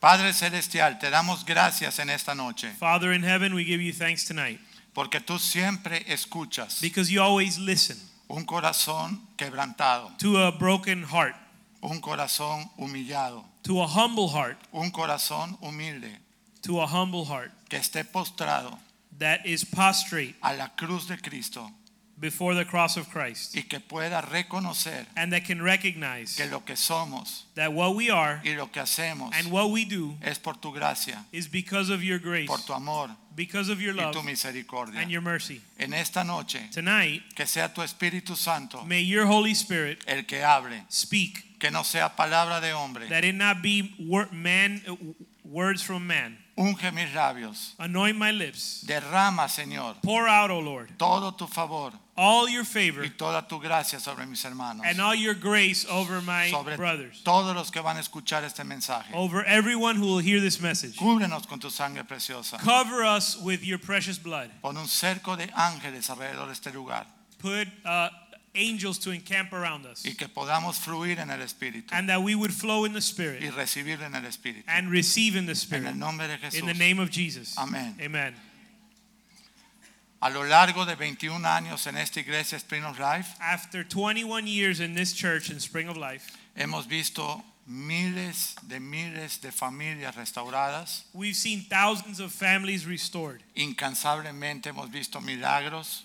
Padre Celestial, te damos gracias en esta noche, Father in heaven, we give you thanks tonight porque tú siempre escuchas because you always listen un corazón quebrantado, to a broken heart, un corazón humillado, to a humble heart, un corazón humilde to a humble heart que esté postrado that is prostrate a la cruz de Cristo before the cross of Christ y que pueda reconocer and that can recognize que lo que somos that what we are y lo que hacemos and what we do es por tu gracia, is because of your grace, por tu amor because of your y love tu misericordia. and your mercy. En esta noche, Tonight, que sea tu Espíritu Santo may your Holy Spirit el que hable, speak que no sea palabra de hombre. that it not be wor- man uh, w- words from man. Unge mis labios. Anoint my lips. Derrama, Señor, Pour out, O Lord, todo tu favor all your favor y toda tu gracia sobre mis hermanos, and all your grace over my sobre brothers, Oh, todos los que van a escuchar este mensaje. over everyone who will hear this message. Cúbrenos con tu sangre preciosa. Cover us with your precious blood. Pon un cerco de ángeles alrededor de este lugar Put uh, angels to encamp around us, y que podamos fluir en el Espíritu and that we would flow in the y Spirit recibir en el Espíritu. and receive in the En Spirit. el nombre de In Jesús. the name of Jesus. Amén. Amen. A lo largo de 21 años en esta iglesia Spring of Life After 21 years in this church in Spring of Life, hemos visto miles de miles de familias restauradas. we've seen thousands of families restored, Incansablemente hemos visto milagros.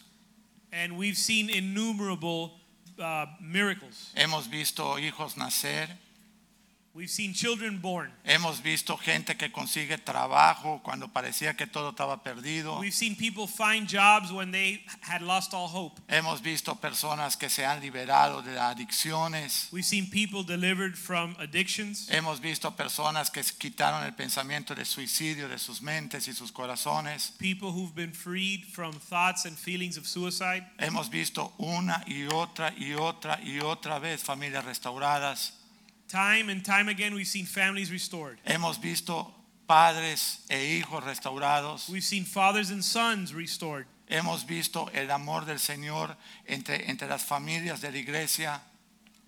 and we've seen innumerable uh, miracles. Hemos visto hijos nacer. We've seen children born. Hemos visto gente que consigue trabajo cuando parecía que todo estaba perdido. We've seen people find jobs when they had lost all hope. Hemos visto personas que se han liberado de las adicciones. We've seen people delivered from addictions. Hemos visto personas que quitaron el pensamiento de suicidio de sus mentes y sus corazones. People who've been freed from thoughts and feelings of suicide. Hemos visto una y otra y otra y otra vez familias restauradas. Time and time again, we've seen families restored. Hemos visto padres e hijos restaurados. We've seen fathers and sons restored. Hemos visto el amor del Señor entre, entre las familias de la iglesia.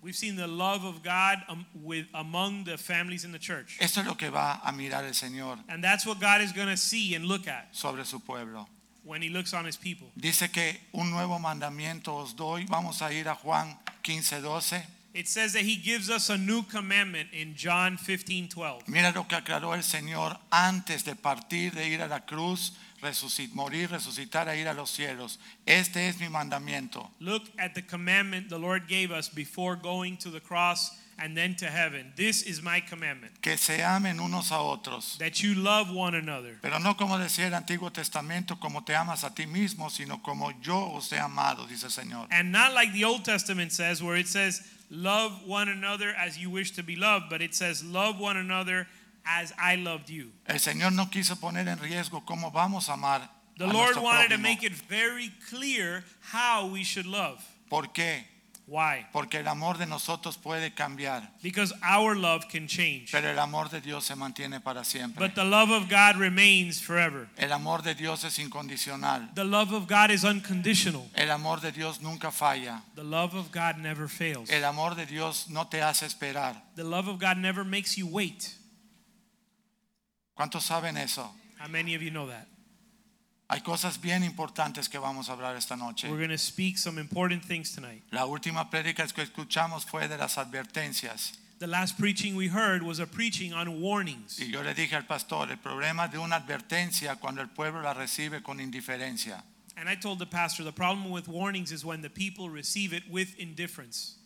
We've seen the love of God um, with among the families in the church. Esto es lo que va a mirar el Señor And that's what God is going to see and look at sobre su pueblo. when he looks on his people. Dice que un nuevo mandamiento os doy. Vamos a ir a Juan 15, 12. It says that he gives us a new commandment in John 15:12. Mira lo que aclaró el Señor antes de partir, de ir a la cruz, resucit- morir, resucitar, e ir a los cielos. Este es mi mandamiento. Look at the commandment the Lord gave us before going to the cross and then to heaven. This is my commandment Que se amen unos a otros. that you love one another. Pero no como decía el Antiguo Testamento, como te amas a ti mismo, sino como yo os he amado, dice el Señor. And not like the Old Testament says, where it says, Love one another as you wish to be loved, but it says, Love one another as I loved you. El Señor no quiso poner en riesgo cómo vamos a amar The a Lord nuestro wanted to prójimo. make it very clear how we should love. ¿Por qué? Why? Porque el amor de nosotros puede cambiar, Because our love can change, pero el amor de Dios se mantiene para siempre. but the love of God remains forever. El amor de Dios es incondicional. The love of God is unconditional. El amor de Dios nunca falla. The love of God never fails. El amor de Dios no te hace esperar. The love of God never makes you wait. ¿Cuántos saben eso? How many of you know that? Hay cosas bien importantes que vamos a hablar esta noche. We're going to speak some important things tonight. La última prédica que escuchamos fue de las advertencias. The last preaching we heard was a preaching on warnings. Y yo le dije al pastor, el problema de una advertencia cuando el pueblo la recibe con indiferencia. And I told the pastor the problem with warnings is when the people receive it with indifference.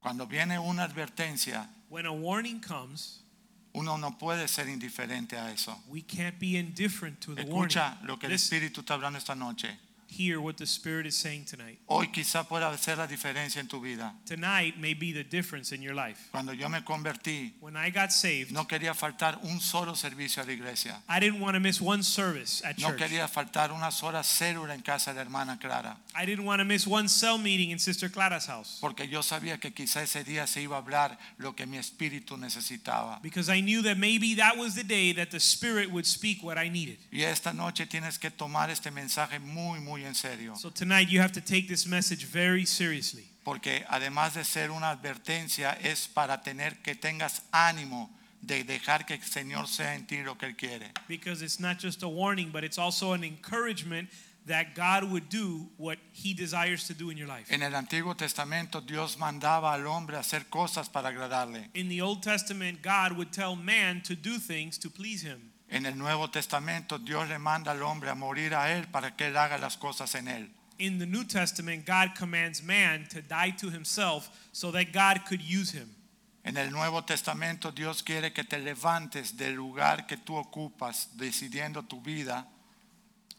Cuando viene una advertencia, When a warning comes, uno no puede ser indiferente a eso. we can't be indifferent to the warning. Escucha lo que el Listen, Espíritu está hablando esta noche. hear what the Spirit is saying tonight. Hoy quizá pueda hacer la diferencia en tu vida. Tonight may be the difference in your life. Cuando yo me convertí, When I got saved, no quería faltar un solo servicio a la iglesia. I didn't want to miss one service at No church. quería faltar unas horas célula en casa de la hermana Clara, I didn't want to miss one cell meeting in Sister Clara's house porque yo sabía que quizá ese día se iba a hablar lo que mi espíritu necesitaba. because I knew that maybe that was the day that the Spirit would speak what I needed. Y esta noche tienes que tomar este mensaje muy, muy en serio, So tonight you have to take this message very seriously porque además de ser una advertencia, es para tener que tengas ánimo de dejar que el Señor sea en ti lo que Él quiere. because it's not just a warning, but it's also an encouragement that God would do what He desires to do in your life. En el Antiguo Testamento Dios mandaba al hombre a hacer cosas para agradarle. In the Old Testament, God would tell man to do things to please Him. En el Nuevo Testamento Dios le manda al hombre a morir a Él para que Él haga las cosas en Él. In the New Testament, God commands man to die to himself so that God could use him. En el Nuevo Testamento Dios quiere que te levantes del lugar que tú ocupas decidiendo tu vida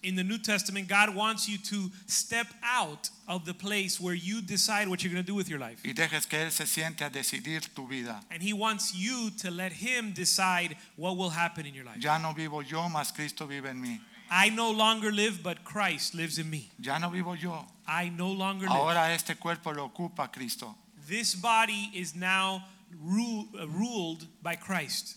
In the New Testament, God wants you to step out of the place where you decide what you're going to do with your life. y dejes que Él se siente a decidir tu vida. And He wants you to let Him decide what will happen in your life. Ya no vivo yo, mas Cristo vive en mí. I no longer live, but Christ lives in me. Ya no vivo yo. I no longer live. Ahora este cuerpo lo ocupa Cristo. This body is now ru- uh, ruled by Christ.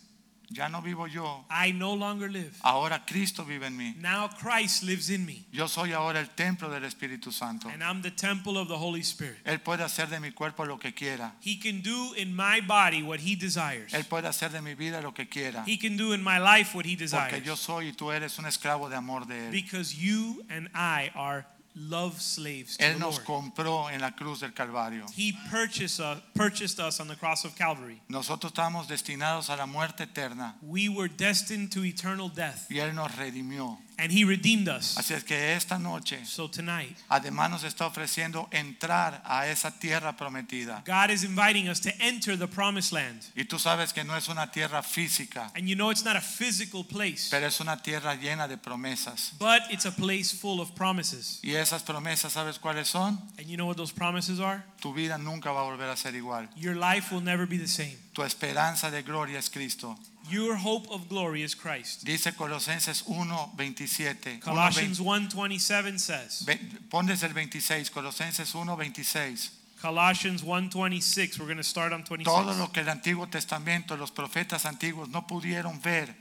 Ya no vivo yo. I no longer live. Ahora Cristo vive en mí. Now Christ lives in me, Yo soy ahora el templo del Espíritu Santo. and I'm the temple of the Holy Spirit. Él puede hacer de mi cuerpo lo que quiera. He can do in my body what He desires. Él puede hacer de mi vida lo que quiera. He can do in my life what He desires. Porque yo soy y tú eres un esclavo de amor de Él. Because you and I are love slaves to Él the nos Lord. compró en la cruz del Calvario. He purchased us, purchased us on the cross of Calvary. Nosotros estábamos destinados a la muerte eterna We were destined to eternal death, y Él nos redimió. and He redeemed us. Así es que esta noche, So tonight, además nos está ofreciendo entrar a esa tierra prometida. God is inviting us to enter the promised land. Y tú sabes que no es una tierra física, And you know it's not a physical place, pero es una tierra llena de promesas. but it's a place full of promises. Y esas promesas, ¿sabes cuáles son? And you know what those promises are? Tu vida nunca va a volver a ser igual. Your life will never be the same. Tu esperanza de gloria es Cristo. Your hope of glory is Christ. Dice Colosenses 1, 27. Colossians 1:27 says, Pon desde el 26, Colosenses 1, 26. Colossians 1:26. We're going to start on 26. Todo lo que el Antiguo Testamento, los profetas antiguos no pudieron ver,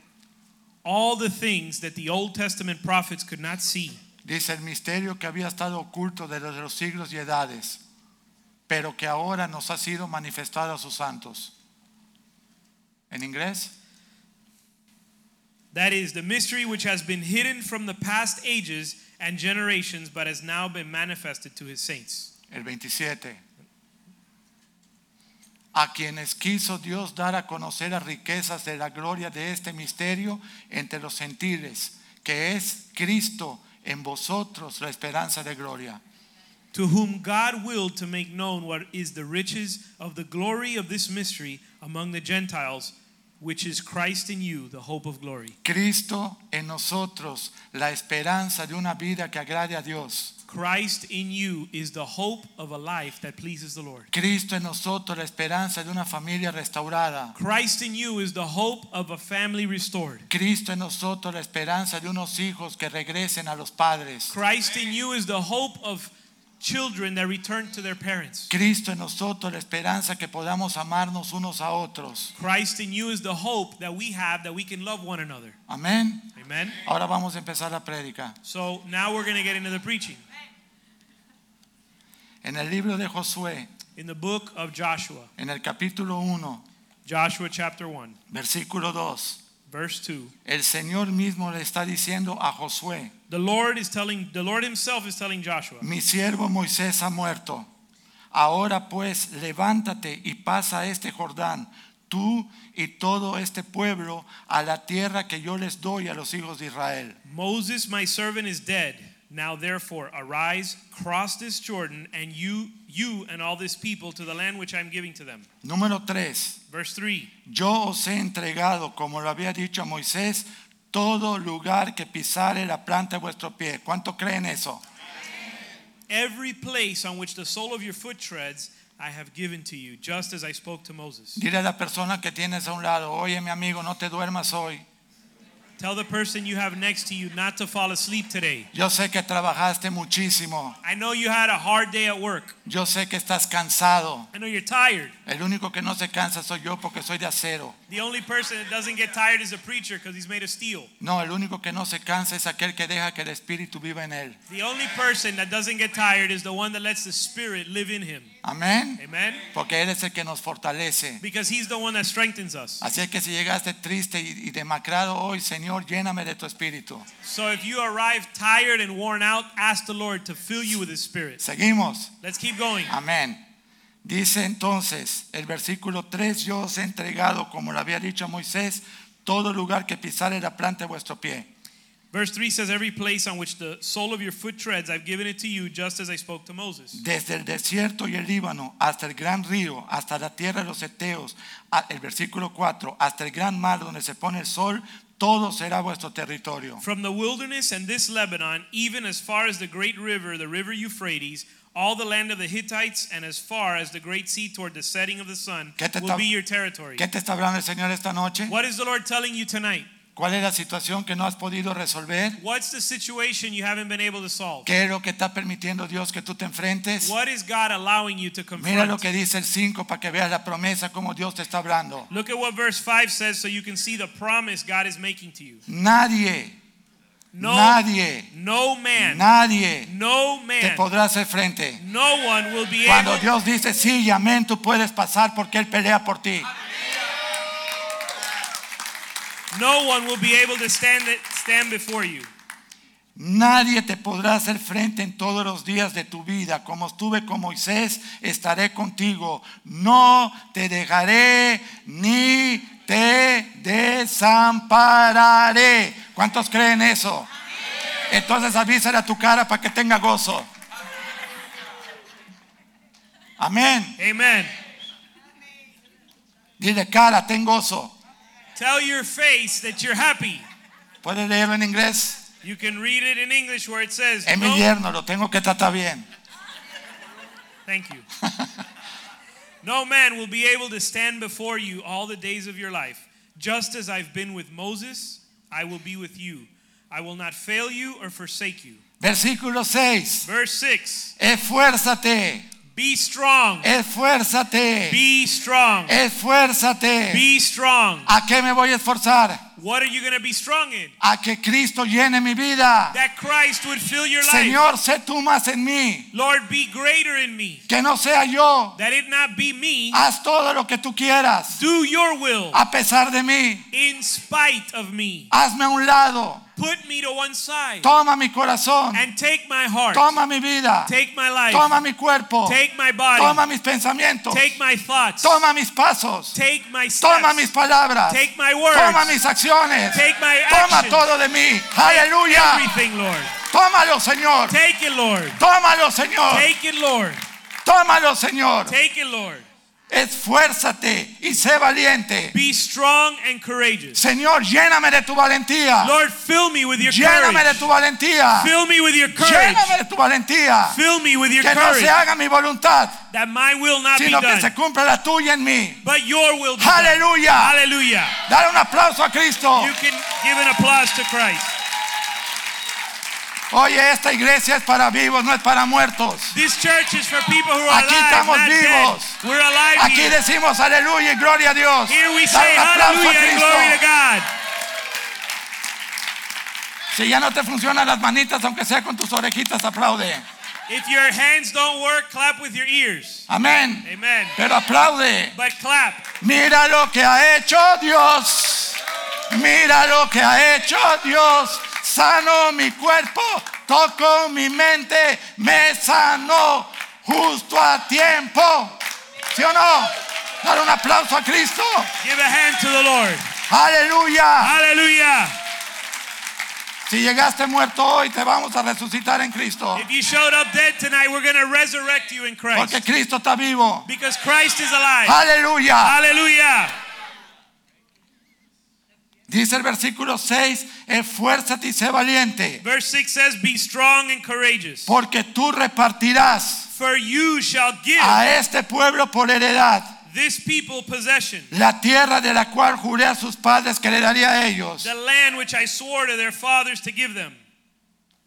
All the things that the Old Testament prophets could not see, dice el misterio que había estado oculto desde los siglos y edades, pero que ahora nos ha sido manifestado a sus santos. ¿En inglés? that is the mystery which has been hidden from the past ages and generations but has now been manifested to his saints. El 27. A quienes quiso Dios dar a conocer las riquezas de la gloria de este misterio entre los gentiles, que es Cristo en vosotros la esperanza de gloria. To whom God willed to make known what is the riches of the glory of this mystery among the Gentiles, which is Christ in you, the hope of glory. Cristo en nosotros la esperanza de una vida que agrade a Dios. Christ in you is the hope of a life that pleases the Lord. Cristo en nosotros la esperanza de una familia restaurada. Christ in you is the hope of a family restored. Cristo en nosotros la esperanza de unos hijos que regresen a los padres. Christ in you is the hope of children that return to their parents. Cristo en nosotros la esperanza que podamos amarnos unos a otros. Christ in you is the hope that we have that we can love one another. Amén. Amen. Ahora vamos a empezar la prédica. So now we're going to get into the preaching. En el libro de Josué, In the book of Joshua, en el capítulo 1, Joshua chapter 1, versículo 2, verse 2. el Señor mismo le está diciendo a Josué, The Lord is telling the Lord himself is telling Joshua, mi siervo Moisés ha muerto. Ahora pues levántate y pasa este Jordán, tú y todo este pueblo, a la tierra que yo les doy a los hijos de Israel. Moses my servant is dead. Now therefore arise, cross this Jordan and you you and all this people to the land which I'm giving to them. Número 3. Verse 3. Yo os he entregado, como lo había dicho a Moisés, todo lugar que pisare la planta de vuestro pie. ¿Cuánto creen eso? Every place on which the sole of your foot treads, I have given to you, just as I spoke to Moses. Dile a la persona que tienes a un lado, oye mi amigo, no te duermas hoy. Tell the person you have next to you not to fall asleep today. Yo sé que trabajaste muchísimo. I know you had a hard day at work. Yo sé que estás cansado. I know you're tired. El único que no se cansa soy yo porque soy de acero. The only person that doesn't get tired is a preacher because he's made of steel. No, el único que no se cansa es aquel que deja que el espíritu viva en él. The only person that doesn't get tired is the one that lets the Spirit live in him. Amén. Amen? Porque él es el que nos fortalece. Because he's the one that strengthens us. Así es que si llegaste triste y, y demacrado hoy, Señor, lléname de tu espíritu. So if you arrive tired and worn out, ask the Lord to fill you with his Spirit. Seguimos. Let's keep going. Amén. Dice entonces el versículo 3, yo os he entregado, como lo había dicho Moisés, todo lugar que pisare la planta de vuestro pie. Verse 3 says, Every place on which the sole of your foot treads, I've given it to you, just as I spoke to Moses. Desde el desierto y el Líbano hasta el gran río, hasta la tierra de los Eteos, a- el versículo 4, hasta el gran mar donde se pone el sol, todo será vuestro territorio. From the wilderness and this Lebanon, even as far as the great river, the river Euphrates, all the land of the Hittites, and as far as the great sea toward the setting of the sun, ¿Qué te will está- be your territory. ¿Qué te está hablando el Señor esta noche? What is the Lord telling you tonight? ¿Cuál es la situación que no has podido resolver? What's the situation you haven't been able to solve? ¿Qué es lo que está permitiendo Dios que tú te enfrentes? What is God allowing you to Mira lo confront? que dice el 5 para que veas la promesa como Dios te está hablando. Look at what verse 5 says so you can see the promise God is making to you. Nadie, No, nadie, no man, nadie no te man, podrá hacer frente. no one will be Cuando able Dios dice sí y amén, tú puedes pasar porque Él pelea por ti. No one will be able to stand it, stand before you. Nadie te podrá hacer frente en todos los días de tu vida. Como estuve con Moisés, estaré contigo. No te dejaré ni te desampararé. ¿Cuántos creen eso? Entonces avísale a tu cara para que tenga gozo. Amén. Amen. Dile, cara, ten gozo. Tell your face that you're happy. ¿Puedes leerlo en inglés? You can read it in English where it says, Es mi no, yerno, lo tengo que tratar bien. thank you. no man will be able to stand before you all the days of your life. Just as I've been with Moses, I will be with you. I will not fail you or forsake you. Versículo 6. Verse 6 Esfuérzate. Be strong, Esfuérzate. be strong, Esfuérzate. be strong. ¿A qué me voy a esforzar? What are you going to be strong in? A que Cristo llene mi vida. That Christ would fill your life. Señor, sé tú más en mí. Lord, be greater in me, Que no sea yo. that it not be me. Haz todo lo que tú quieras. Do your will A pesar de mí. in spite of me. Hazme a un lado. Put me to one side Toma mi corazón. and take my heart, Toma mi vida. take my life, Toma mi cuerpo. take my body, Oh. Toma mis pensamientos. take my thoughts, Toma mis pasos. take my Toma steps, mis palabras. take my Toma words, mis acciones. take my Toma actions, todo de mí. Aleluya. everything, Lord. Tómalo, Señor. Take it, Lord. Tómalo, Señor. Take it, Lord. Tómalo, Señor. Take it, Lord. Esfuérzate y sé valiente. Be strong and courageous. Señor, lléname de tu valentía. Lord, fill me with your Lléname de courage. tu valentía. Fill me with your courage. Lléname de tu valentía. Fill me with your Que no courage. se haga mi voluntad, That my will not be sino que se done, cumpla la tuya en mí. but your will be done. Aleluya. Hallelujah. Dale un aplauso a Cristo. You can give an applause to Christ. Oye, esta iglesia es para vivos, no es para muertos. This church is for people who are Aquí alive, estamos not dead. vivos. We're alive Aquí here. decimos aleluya y gloria a Dios. Here we Dale say un aplauso a hallelujah and glory to Cristo. God. Si ya no te funcionan las manitas, aunque sea con tus orejitas, aplaude. If your hands don't work, clap with your ears. Amén. Amen. Pero aplaude. But clap. Mira lo que ha hecho Dios. Mira lo que ha hecho Dios. Sano mi cuerpo, toco mi mente, me sanó justo a tiempo. ¿Sí o no? Dar un aplauso a Cristo. Give a hand to the Lord. Aleluya. Hallelujah. Si llegaste muerto hoy, te vamos a resucitar en Cristo. If you showed up dead tonight, we're going to resurrect you in Christ. Porque Cristo está vivo. Because Christ is alive. Aleluya. Hallelujah. Dice el versículo 6, esfuérzate y sé valiente, Verse 6 says, Be strong and courageous, porque tú repartirás for you shall give a este pueblo por heredad this people possession, la tierra de la cual juré a sus padres que le daría a ellos. the land which I swore to their fathers to give them.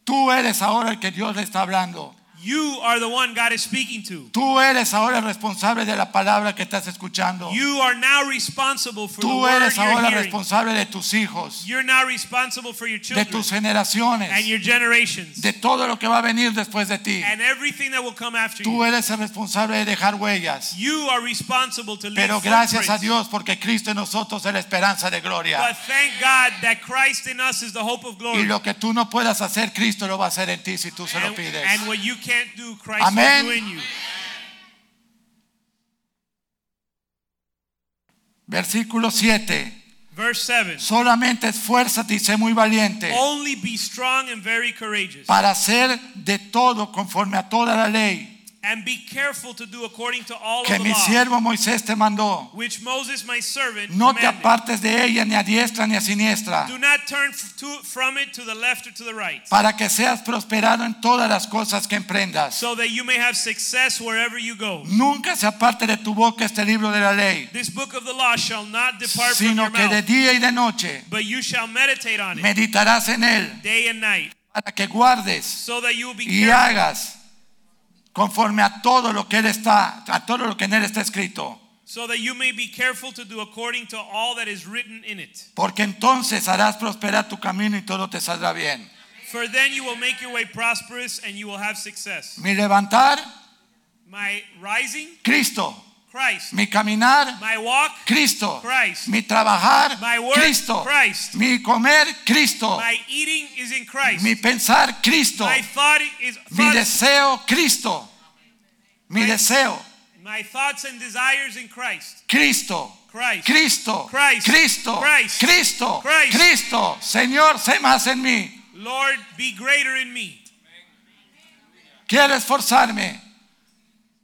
Tú eres ahora el que Dios le está hablando. You are the one God is speaking to. Tú eres ahora el responsable de la palabra que estás escuchando. You are now responsible for the Tú word eres you're ahora hearing. responsable de tus hijos, You're now responsible for your de children tus and generaciones, your generations de todo lo que va a venir después de ti. and everything that will come after Tú you. eres el responsable de dejar huellas. You are responsible to leave Pero gracias a footprints. Dios porque Cristo en nosotros es la esperanza de But gloria. thank God that Christ in us is the hope of Y glory. lo que tú no puedas hacer, Cristo lo va a hacer en ti si tú se lo And, pides. and what you can't do, Christ Amén. will do in you. Versículo 7. Verse 7. Solamente esfuérzate y sé muy valiente Only be strong and very courageous, para hacer de todo conforme a toda la ley and be careful to do according to all of que the mi law, siervo Moisés te mandó. which Moses, my servant, No te commanded. apartes de ella ni a diestra ni a siniestra, Do not turn f- to, from it to the left or to the right, para que seas prosperado en todas las cosas que emprendas. so that you may have success wherever you go. Nunca se aparte de tu boca este libro de la ley, This book of the law shall not depart from your sino que de mouth, día y de noche but you shall meditate on it meditarás en él, day and night, para que guardes so that you will be y careful hagas conforme a todo lo que él está, a todo lo que en él está escrito. so that you may be careful to do according to all that is written in it. Porque entonces harás prosperar tu camino y todo te saldrá bien. For then you will make your way prosperous and you will have success. Mi levantar, My rising, Cristo. Christ. Mi caminar, My walk, Cristo. Christ. Mi trabajar, My work, Cristo. Christ. Mi comer, Cristo. My eating is in Christ. Mi pensar, Cristo. My thought is Mi thoughts, deseo, Cristo. Mi My- deseo, my thoughts and desires in Christ. Cristo. Christ. Cristo, Christ. Cristo, Christ. Cristo, Christ. Cristo, Señor, sé más en mí. Lord, be greater in me. Quiero esforzarme,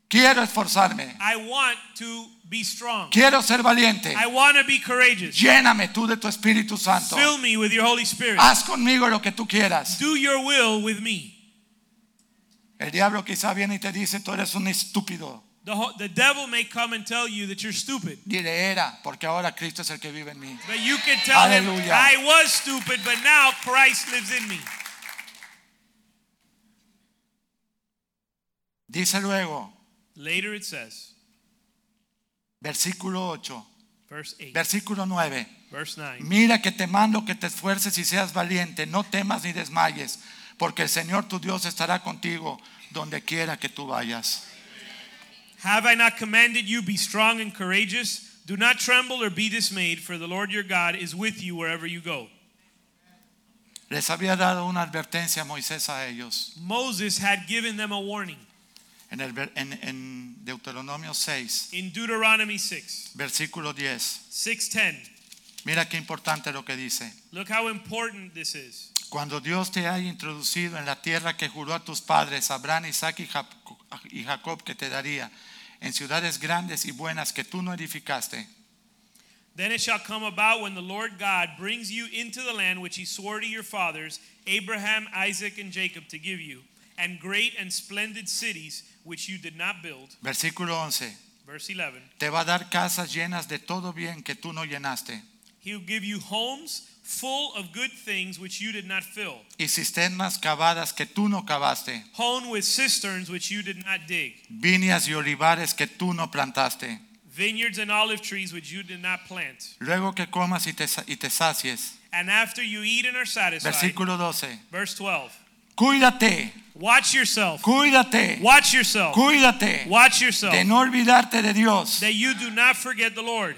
quiero esforzarme, I want to be strong. quiero ser valiente. I want to be courageous. Lléname tú de tu Espíritu Santo. Fill me with your Holy Spirit. Haz conmigo lo que tú quieras. Do your will with me. El diablo quizá viene y te dice, tú eres un estúpido. The, ho- the devil may come and tell you that you're stupid. Dile, era, porque ahora Cristo es el que vive en mí. But you can tell him, Hallelujah. I was stupid, but now Christ lives in me. Dice luego, Later it says, versículo 8, verse 8, versículo 9. verse 9. Mira que te mando que te esfuerces y seas valiente, no temas ni desmayes, porque el Señor tu Dios estará contigo donde quiera que tú vayas. Have I not commanded you, be strong and courageous? Do not tremble or be dismayed, for the Lord your God is with you wherever you go. Les había dado una advertencia a Moisés a ellos Moses had given them a warning en, el ver- en- en Deuteronomio 6, in Deuteronomy 6, versículo 10. 6:10. Mira qué importante lo que dice. Look how important this is. Cuando Dios te haya introducido en la tierra que juró a tus padres, Abraham, Isaac y Jac- y Jacob, que te daría, en ciudades grandes y buenas que tú no edificaste, Then it shall come about when the Lord God brings you into the land which he swore to your fathers, Abraham, Isaac, and Jacob, to give you, and great and splendid cities which you did not build. versículo 11. Verse 11. Te va a dar casas llenas de todo bien que tú no llenaste He will give you homes full of good things which you did not fill, y cisternas cavadas que tú no cavaste, home with cisterns which you did not dig, viñas y olivares que tú no plantaste. vineyards and olive trees which you did not plant. Luego que comas y te, sa- y te sacies. And after you eat and are satisfied, Versículo 12. verse 12. Cuídate, Watch yourself. cuídate, Watch yourself. cuídate Watch yourself. de no olvidarte de Dios. That you do not forget the Lord.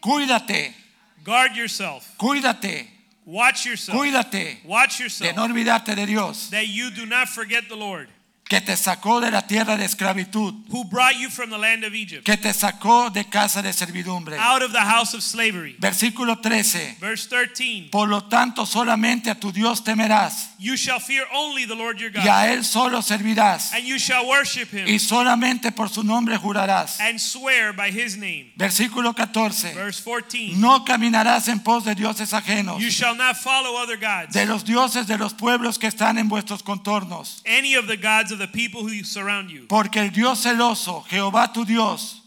Cuídate, Guard yourself. cuídate, Watch yourself. cuídate Watch de yourself. no olvidarte de Dios. That you do not forget the Lord. Que que te sacó de la tierra de esclavitud, who brought you from the land of Egypt, que te sacó de casa de servidumbre. out of the house of slavery. Versículo 13. Verse 13 Por lo tanto, solamente a tu Dios temerás You shall fear only the Lord your y God, a Él solo servirás and you shall worship him y solamente por su nombre jurarás. and swear by his name. Versículo 14. Verse 14 No caminarás en pos de dioses ajenos, You shall not follow other gods, de los dioses de los pueblos que están en vuestros contornos. any of the gods of the people who surround you. Porque el Dios celoso, Jehová tu Dios,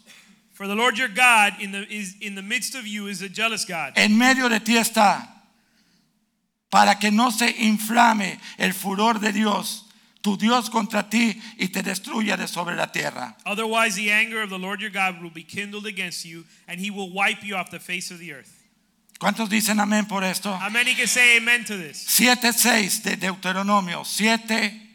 For the Lord your God in the, is in the midst of you is a jealous God. en medio de ti está, para que no se inflame el furor de Dios, tu Dios contra ti, y te destruya de sobre la tierra. Otherwise, the anger of the Lord your God will be kindled against you, and he will wipe you off the face of the earth. ¿Cuántos dicen amén por esto? How many can say amen to this? 7.6 de Deuteronomio, 7,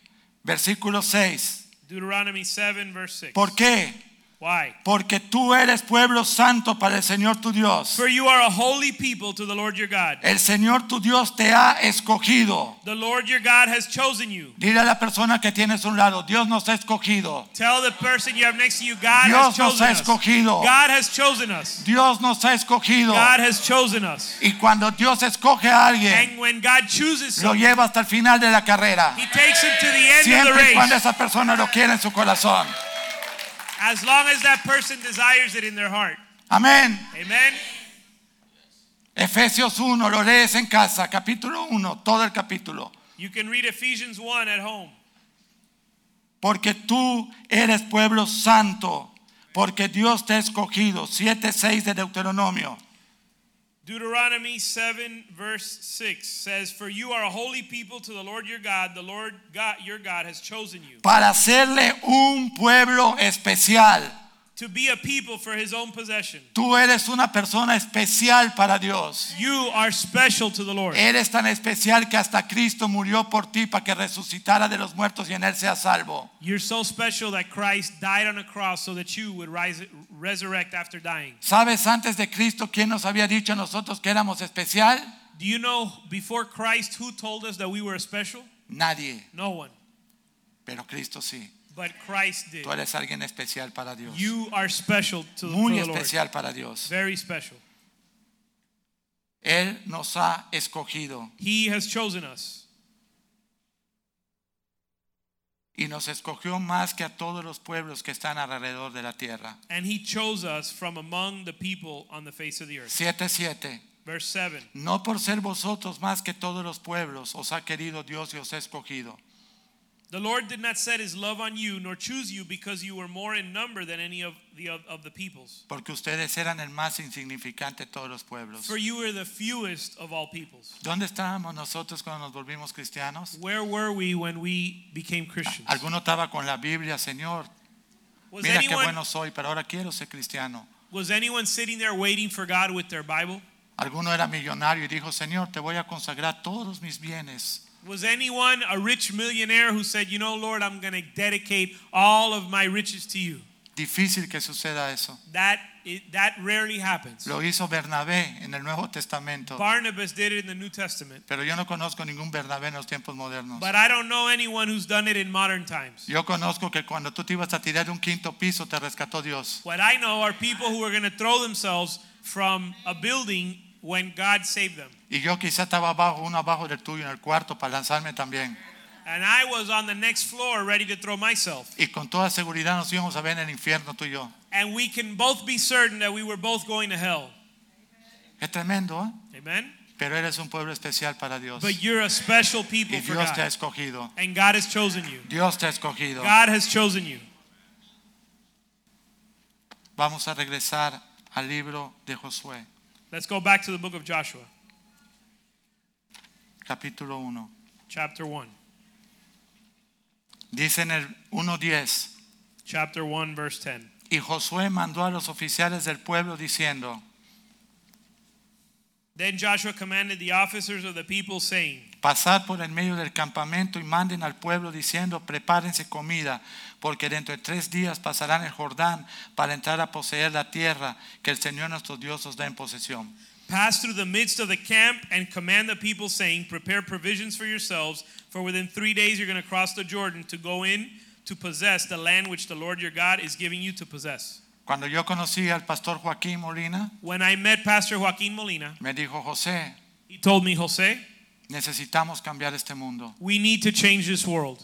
versículo 6. Deuteronomy 7, verse 6. ¿Por qué? Why? Porque tú eres pueblo santo para el Señor tu Dios. For you are a holy people to the Lord your God. El Señor tu Dios te ha escogido. The Lord your God has chosen you. Dile a la persona que tienes a un lado, Dios nos ha escogido. Tell the person you have next to you, God has Dios nos chosen ha us. escogido. God has chosen us. Dios nos ha escogido. God has chosen us. Y cuando Dios escoge a alguien, And when God chooses lo someone, lleva hasta el final de la carrera. he takes him to the end of the Siempre y cuando race. esa persona lo quiere en su corazón. As long as that person desires it in their heart. Amén. Amen. Efesios 1, lo lees en casa, capítulo 1, todo el capítulo. You can read Ephesians 1 at home. Porque tú eres pueblo santo, porque Dios te ha escogido. 7, 6 de Deuteronomio. Deuteronomy 7 verse 6 says, "For you are a holy people to the Lord your God. The Lord God, your God has chosen you Para hacerle un pueblo especial. to be a people for His own possession. Tú eres una persona especial para Dios. You are special to the Lord. Eres tan especial que hasta Cristo murió por ti para que resucitara de los muertos y en él sea salvo. You're so special that Christ died on a cross so that you would rise, resurrect after dying. ¿Sabes antes de Cristo quién nos había dicho a nosotros que éramos especial? Do you know before Christ who told us that we were special? Nadie, No one, pero Cristo sí. but Christ did. Tú eres alguien especial para Dios. You are special to for Muy the Lord. especial para Dios. Very special. Él nos ha escogido He has chosen us. y nos escogió más que a todos los pueblos que están alrededor de la tierra. And he chose us from among the people on the face of the earth. 7.7. Verse 7. No por ser vosotros más que todos los pueblos os ha querido Dios y os ha escogido. The Lord did not set his love on you, nor choose you, because you were more in number than any of the, of, of the peoples. Porque ustedes eran el más insignificante de todos los pueblos. For you were the fewest of all peoples. ¿Dónde estábamos nosotros cuando nos volvimos cristianos? Where were we when we became Christians? Alguno estaba con la Biblia, Señor. Was Mira qué anyone, bueno soy, pero ahora quiero ser cristiano. was anyone sitting there waiting for God with their Bible? Alguno era millonario y dijo, Señor, te voy a consagrar todos mis bienes. Was anyone a rich millionaire who said, You know, Lord, I'm going to dedicate all of my riches to you? Difícil que suceda eso. That, it, that rarely happens. Lo hizo Bernabé en el Nuevo Testamento. Barnabas did it in the New Testament. Pero yo no conozco ningún Bernabé en los tiempos modernos. But I don't know anyone who's done it in modern times. Yo conozco que cuando tú te ibas a tirar de un quinto piso, te rescató Dios. What I know are people who are going to throw themselves from a building when God saved them. Y yo quizá estaba abajo, uno abajo del tuyo, en el cuarto, para lanzarme también. And I was on the next floor ready to throw myself. Y con toda seguridad nos íbamos a ver en el infierno tú y yo. And we can both be certain that we were both going to hell. Es tremendo, ¿eh? Amen? Pero eres un pueblo especial para Dios. But you're a special people Y for Dios te ha God. escogido. And God has chosen you. Dios te ha escogido. God has chosen you. Vamos a regresar al libro de Josué, Let's go back to the book of Joshua, capítulo 1. chapter 1. Dice en el 1.10, Chapter 1, verse 10. y Josué mandó a los oficiales del pueblo diciendo, Then Joshua commanded the officers of the people, saying, pasad por el medio del campamento y manden al pueblo diciendo, prepárense comida, porque dentro de tres días pasarán el Jordán para entrar a poseer la tierra que el Señor nuestro Dios os da en posesión. Pass through the midst of the camp and command the people, saying, Prepare provisions for yourselves, for within three days you're going to cross the Jordan to go in to possess the land which the Lord your God is giving you to possess. Cuando yo conocí al pastor Joaquín Molina, When I met Pastor Joaquin Molina, me dijo, José, he told me, Jose, necesitamos cambiar este mundo. we need to change this world.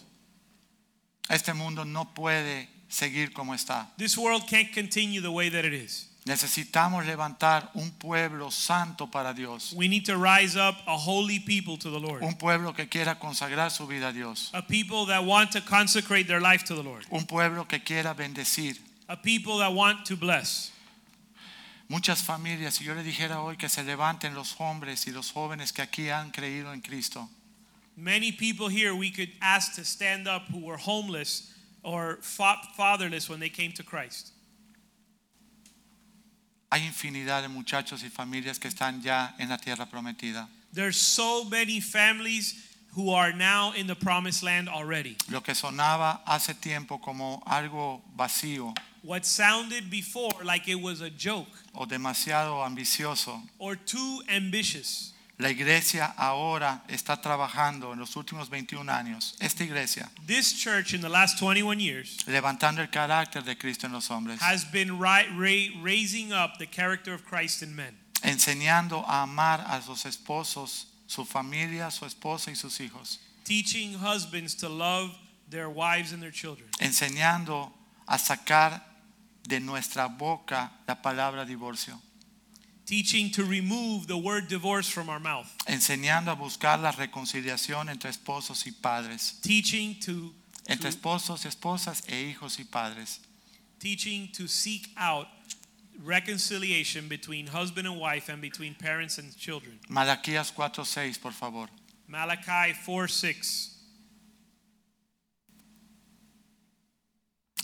Este mundo no puede seguir como está. This world can't continue the way that it is. Necesitamos levantar un pueblo santo para Dios. We need to rise up a holy people to the Lord, Un pueblo que quiera consagrar su vida a Dios. a people that want to consecrate their life to the Lord, Un pueblo que quiera bendecir. a people that want to bless. Muchas familias, si yo le dijera hoy que se levanten los hombres y los jóvenes que aquí han creído en Cristo, Many people here we could ask to stand up who were homeless or fa- fatherless when they came to Christ. hay infinidad de muchachos y familias que están ya en la tierra prometida. There's so many families who are now in the promised land already. Lo que sonaba hace tiempo como algo vacío What sounded before like it was a joke o demasiado ambicioso, or too ambitious. la iglesia ahora está trabajando en los últimos 21 años, esta iglesia, This church in the last 21 years levantando el carácter de Cristo en los hombres, has been ri- ra- raising up the character of Christ in men, enseñando a amar a sus esposos, su familia, su esposa y sus hijos, teaching husbands to love their wives and their children, enseñando a sacar de nuestra boca la palabra divorcio, teaching to remove the word divorce from our mouth, enseñando a buscar la reconciliación entre esposos y padres, teaching to, entre to esposos, esposas e hijos y padres. teaching to seek out reconciliation between husband and wife and between parents and children. Malaquías 4:6, por favor. Malachi 4 6.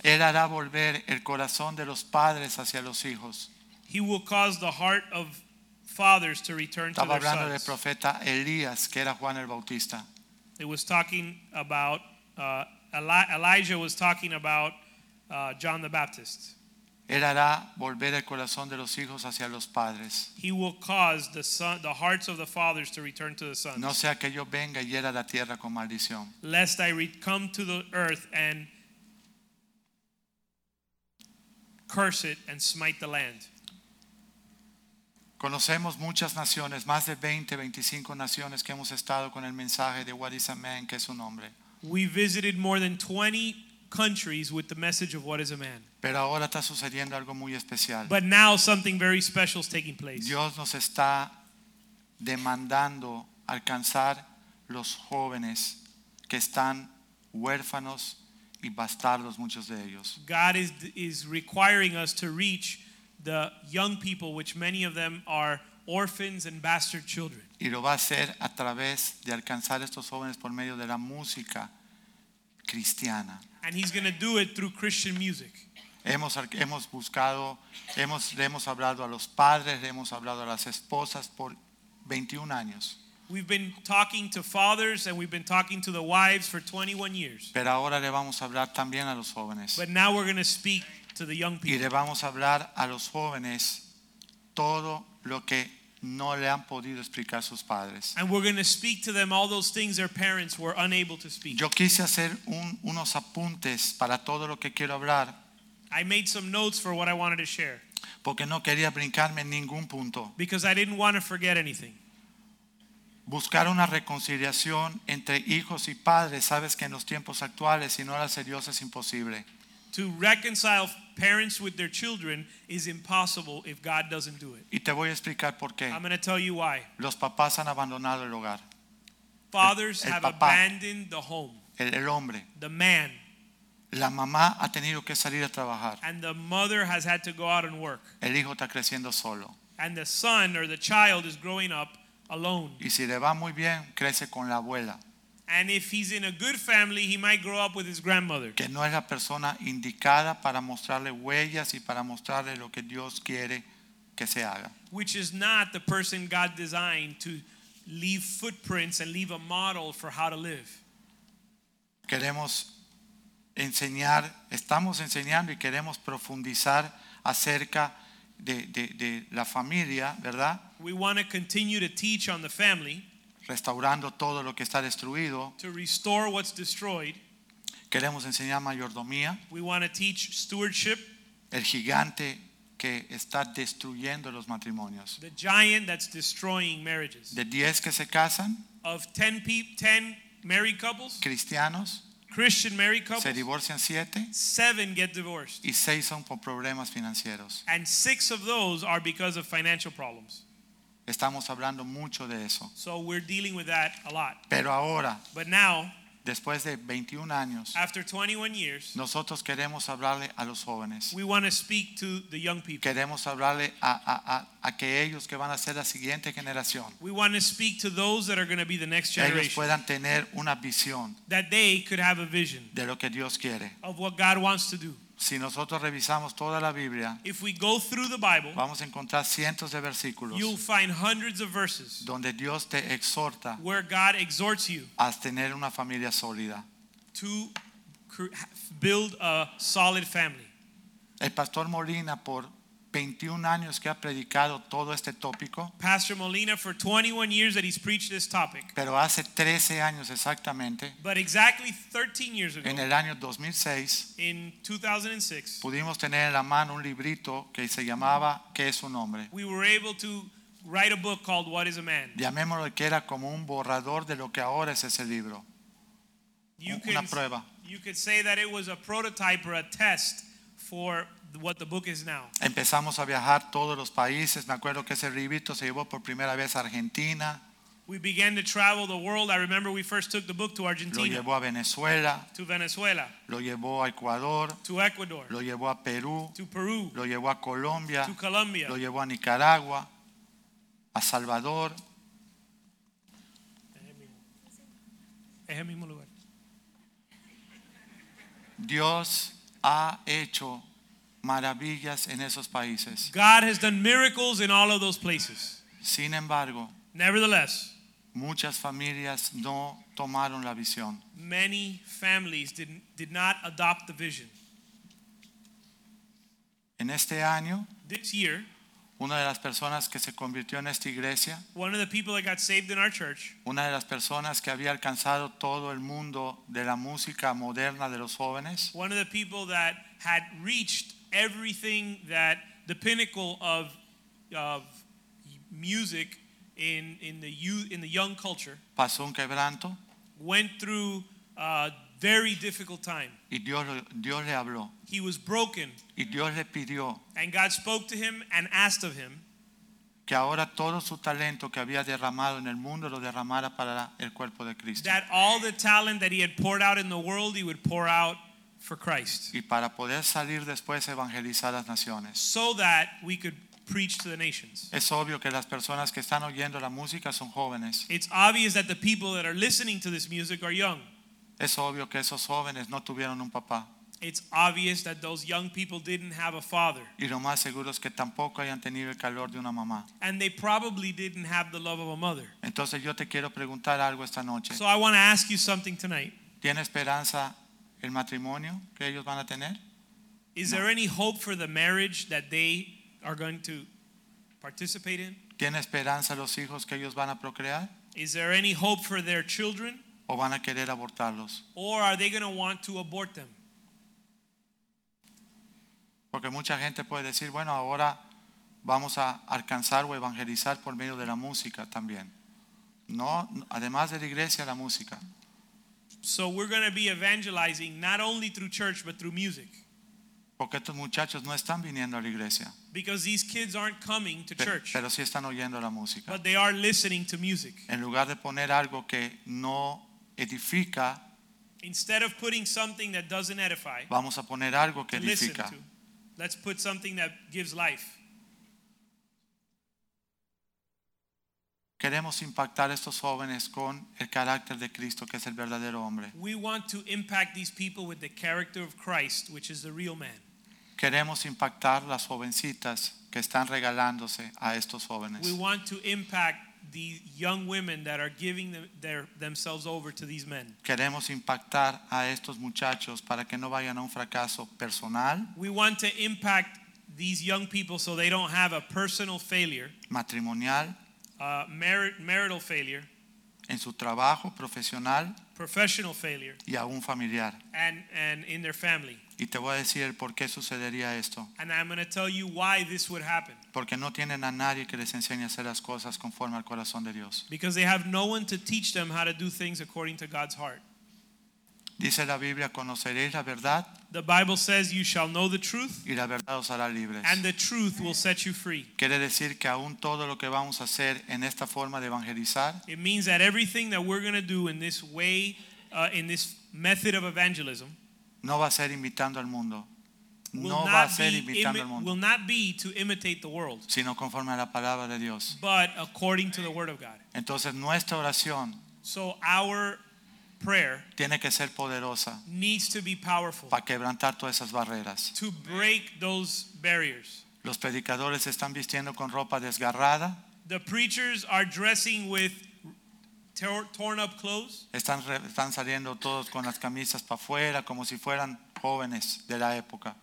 Él hará volver el corazón de los padres hacia los hijos. He will cause the heart of fathers to return to Estaba their hablando del sons. profeta Elías, que era Juan el Bautista. It was talking about, uh, Eli- Elijah was talking about uh, John the Baptist. Él hará volver el corazón de los hijos hacia los padres. He will cause the, son, the hearts of the fathers to return to the sons, No sea que yo venga y hiera la tierra con maldición. lest I re- come to the earth and curse it and smite the land. Conocemos muchas naciones, más de 20, 25 naciones que hemos estado con el mensaje de What is a Man, que es un hombre. We visited more than 20 countries with the message of what is a man. Pero ahora está sucediendo algo muy especial. But now something very special is taking place. Dios nos está demandando alcanzar los jóvenes que están huérfanos y bastardos, muchos de ellos. God is is requiring us to reach the young people, which many of them are orphans and bastard children. Y lo va a hacer a través de alcanzar a estos jóvenes por medio de la música cristiana. And he's going to do it through Christian music. Hemos, ar- hemos buscado, hemos, le hemos hablado a los padres, le hemos hablado a las esposas por 21 años. We've been talking to fathers and we've been talking to the wives for 21 years. Pero ahora le vamos a hablar también a los jóvenes. But now we're going to speak to the young Y people. le vamos a hablar a los jóvenes todo lo que no le han podido explicar sus padres. And we're going to speak to them all those things their parents were unable to speak. Yo quise hacer un- unos apuntes para todo lo que quiero hablar, I made some notes for what I wanted to share porque no quería brincarme en ningún punto. because I didn't want to forget anything. Buscar una reconciliación entre hijos y padres, sabes que en los tiempos actuales, si no la hace Dios, es imposible. To reconcile parents with their children is impossible if God doesn't do it. Y te voy a explicar por qué. I'm going to tell you why. Los papás han abandonado el hogar, Fathers El- el have papá. abandoned the home, el, el hombre. the man, La mamá ha tenido que salir a trabajar. and the mother has had to go out and work. El hijo está creciendo solo. And the son or the child is growing up alone. Y si le va muy bien, crece con la abuela, And if he's in a good family, he might grow up with his grandmother, que no es la persona indicada para mostrarle huellas y para mostrarle lo que Dios quiere que se haga. which is not the person God designed to leave footprints and leave a model for how to live. Queremos enseñar, estamos enseñando y queremos profundizar acerca de, de- de la familia, ¿verdad? We want to continue to teach on the family, Restaurando todo lo que está destruido. to restore what's destroyed. Queremos enseñar mayordomía, We want to teach stewardship, el gigante que está destruyendo los matrimonios. the giant that's destroying marriages. De 10 que se casan, Of 10 peop 10 married couples, cristianos, Christian married se couples, divorcian 7 seven get divorced, y 6 son por problemas financieros. and six of those are because of financial problems. Estamos hablando mucho de eso. So we're dealing with that a lot. Pero ahora, But now, después de 21 años, after 21 years, nosotros queremos hablarle a los jóvenes. we want to speak to the young people. Queremos hablarle a, a- a- a aquellos que van a ser la siguiente generación. We want to speak to those that are going to be the next Que ellos generation, puedan tener una visión that they could have a vision de lo que Dios quiere. of what God wants to do. Si nosotros revisamos toda la Biblia, If we go through the Bible, vamos a encontrar cientos de versículos you'll find hundreds of verses donde Dios te exhorta where God exhorts you a tener una familia sólida. to cr- build a solid family. El pastor Molina, por 21 años que ha predicado todo este tópico, Pastor Molina, for 21 years that he's preached this topic, pero hace 13 años exactamente, but exactly 13 years ago, en el año 2006, in 2006, pudimos tener en la mano un librito que se llamaba ¿Qué es un hombre? we were able to write a book called What is a Man? Llamémoslo que era como un borrador de lo que ahora es ese libro. You Una could, prueba. you could say that it was a prototype or a test for what the book is now. Empezamos a viajar todos los países. Me acuerdo que ese librito se llevó por primera vez a Argentina, We began to travel the world. I remember we first took the book to lo Argentina, llevó a Venezuela, to Venezuela, lo llevó a Ecuador, to Ecuador, lo llevó a Perú, to Peru, lo llevó a Colombia, to lo Colombia, llevó a Nicaragua, a Salvador, Es el mismo lugar. Dios ha hecho maravillas en esos países. God has done miracles in all of those places. Sin embargo, Nevertheless, muchas familias no tomaron la visión. many families did, did not adopt the vision. En este año, This year, una de las personas que se convirtió en esta iglesia, one of the people that got saved in our church, una de las personas que había alcanzado todo el mundo de la música moderna de los jóvenes, one of the people that had reached everything that the pinnacle of, of music in, in, the youth, in the young culture, pasó un quebranto went through a very difficult time. y Dios, lo- Dios le habló. He was broken, Y Dios le pidió and God spoke to him and asked of him que ahora todo su talento que había derramado en el mundo lo derramara para el cuerpo de Cristo. that all the talent that he had poured out in the world, he would pour out for Christ. Y para poder salir después a evangelizar las naciones. so that we could preach to the nations. Es obvio que las personas que están oyendo la música son jóvenes. It's obvious that the people that are listening to this music are young. Es obvio que esos jóvenes no tuvieron un papá It's obvious that those young people didn't have a father, y lo más seguro es que tampoco hayan tenido el calor de una mamá. and they probably didn't have the love of a mother. Entonces yo te quiero preguntar algo esta noche. So I want to ask you something tonight. ¿Tiene esperanza el matrimonio que ellos van a tener? Is there any hope for the marriage that they are going to participate in? ¿Tiene esperanza los hijos que ellos van a procrear Is there any hope for their children, o van a querer abortarlos? or are they going to want to abort them? Porque mucha gente puede decir, bueno, ahora vamos a alcanzar o evangelizar por medio de la música también. No, además de la iglesia, la música. So we're going to be evangelizing not only through church but through music Porque estos muchachos no están viniendo a la iglesia, because these kids aren't coming to pe- church. pero sí están oyendo la música. but they are listening to music. en lugar de poner algo que no edifica, Instead of putting something that doesn't edify, vamos a poner algo que to listen edifica. to, let's put something that gives life. Queremos impactar a estos jóvenes con el carácter de Cristo, que es el verdadero hombre. We want to impact these people with the character of Christ, which is the real man. Queremos impactar las jovencitas que están regalándose a estos jóvenes. We want to impact the young women that are giving them, their, themselves over to these men. Queremos impactar a estos muchachos para que no vayan a un fracaso personal, We want to impact these young people so they don't have a personal failure, matrimonial, uh, mari- marital failure, en su trabajo profesional professional failure, y aún familiar. and, and in their family. Y te voy a decir el por qué sucedería esto. And I'm going to tell you why this would happen. Porque no tienen a nadie que les enseñe a hacer las cosas conforme al corazón de Dios. Because they have no one to teach them how to do things according to God's heart. Dice la Biblia, conoceréis la verdad The Bible says, You shall know the truth, y la verdad os hará libres. and the truth will set you free. Quiere decir que aún todo lo que vamos a hacer en esta forma de evangelizar It means that everything that we're going to do in this way, uh, in this method of evangelism, no va a ser imitando al mundo. will, No va a not, ser be imitando al imi- mundo, will not be to imitate the world, sino conforme a la palabra de Dios. but according to the Word of God. Entonces nuestra oración So our prayer tiene que ser poderosa needs to be powerful para quebrantar todas esas barreras. to break those barriers. Los predicadores se están vistiendo con ropa desgarrada, The preachers are dressing with tor- torn up clothes. están, re- están saliendo todos con las camisas para afuera como si fueran jóvenes de la época.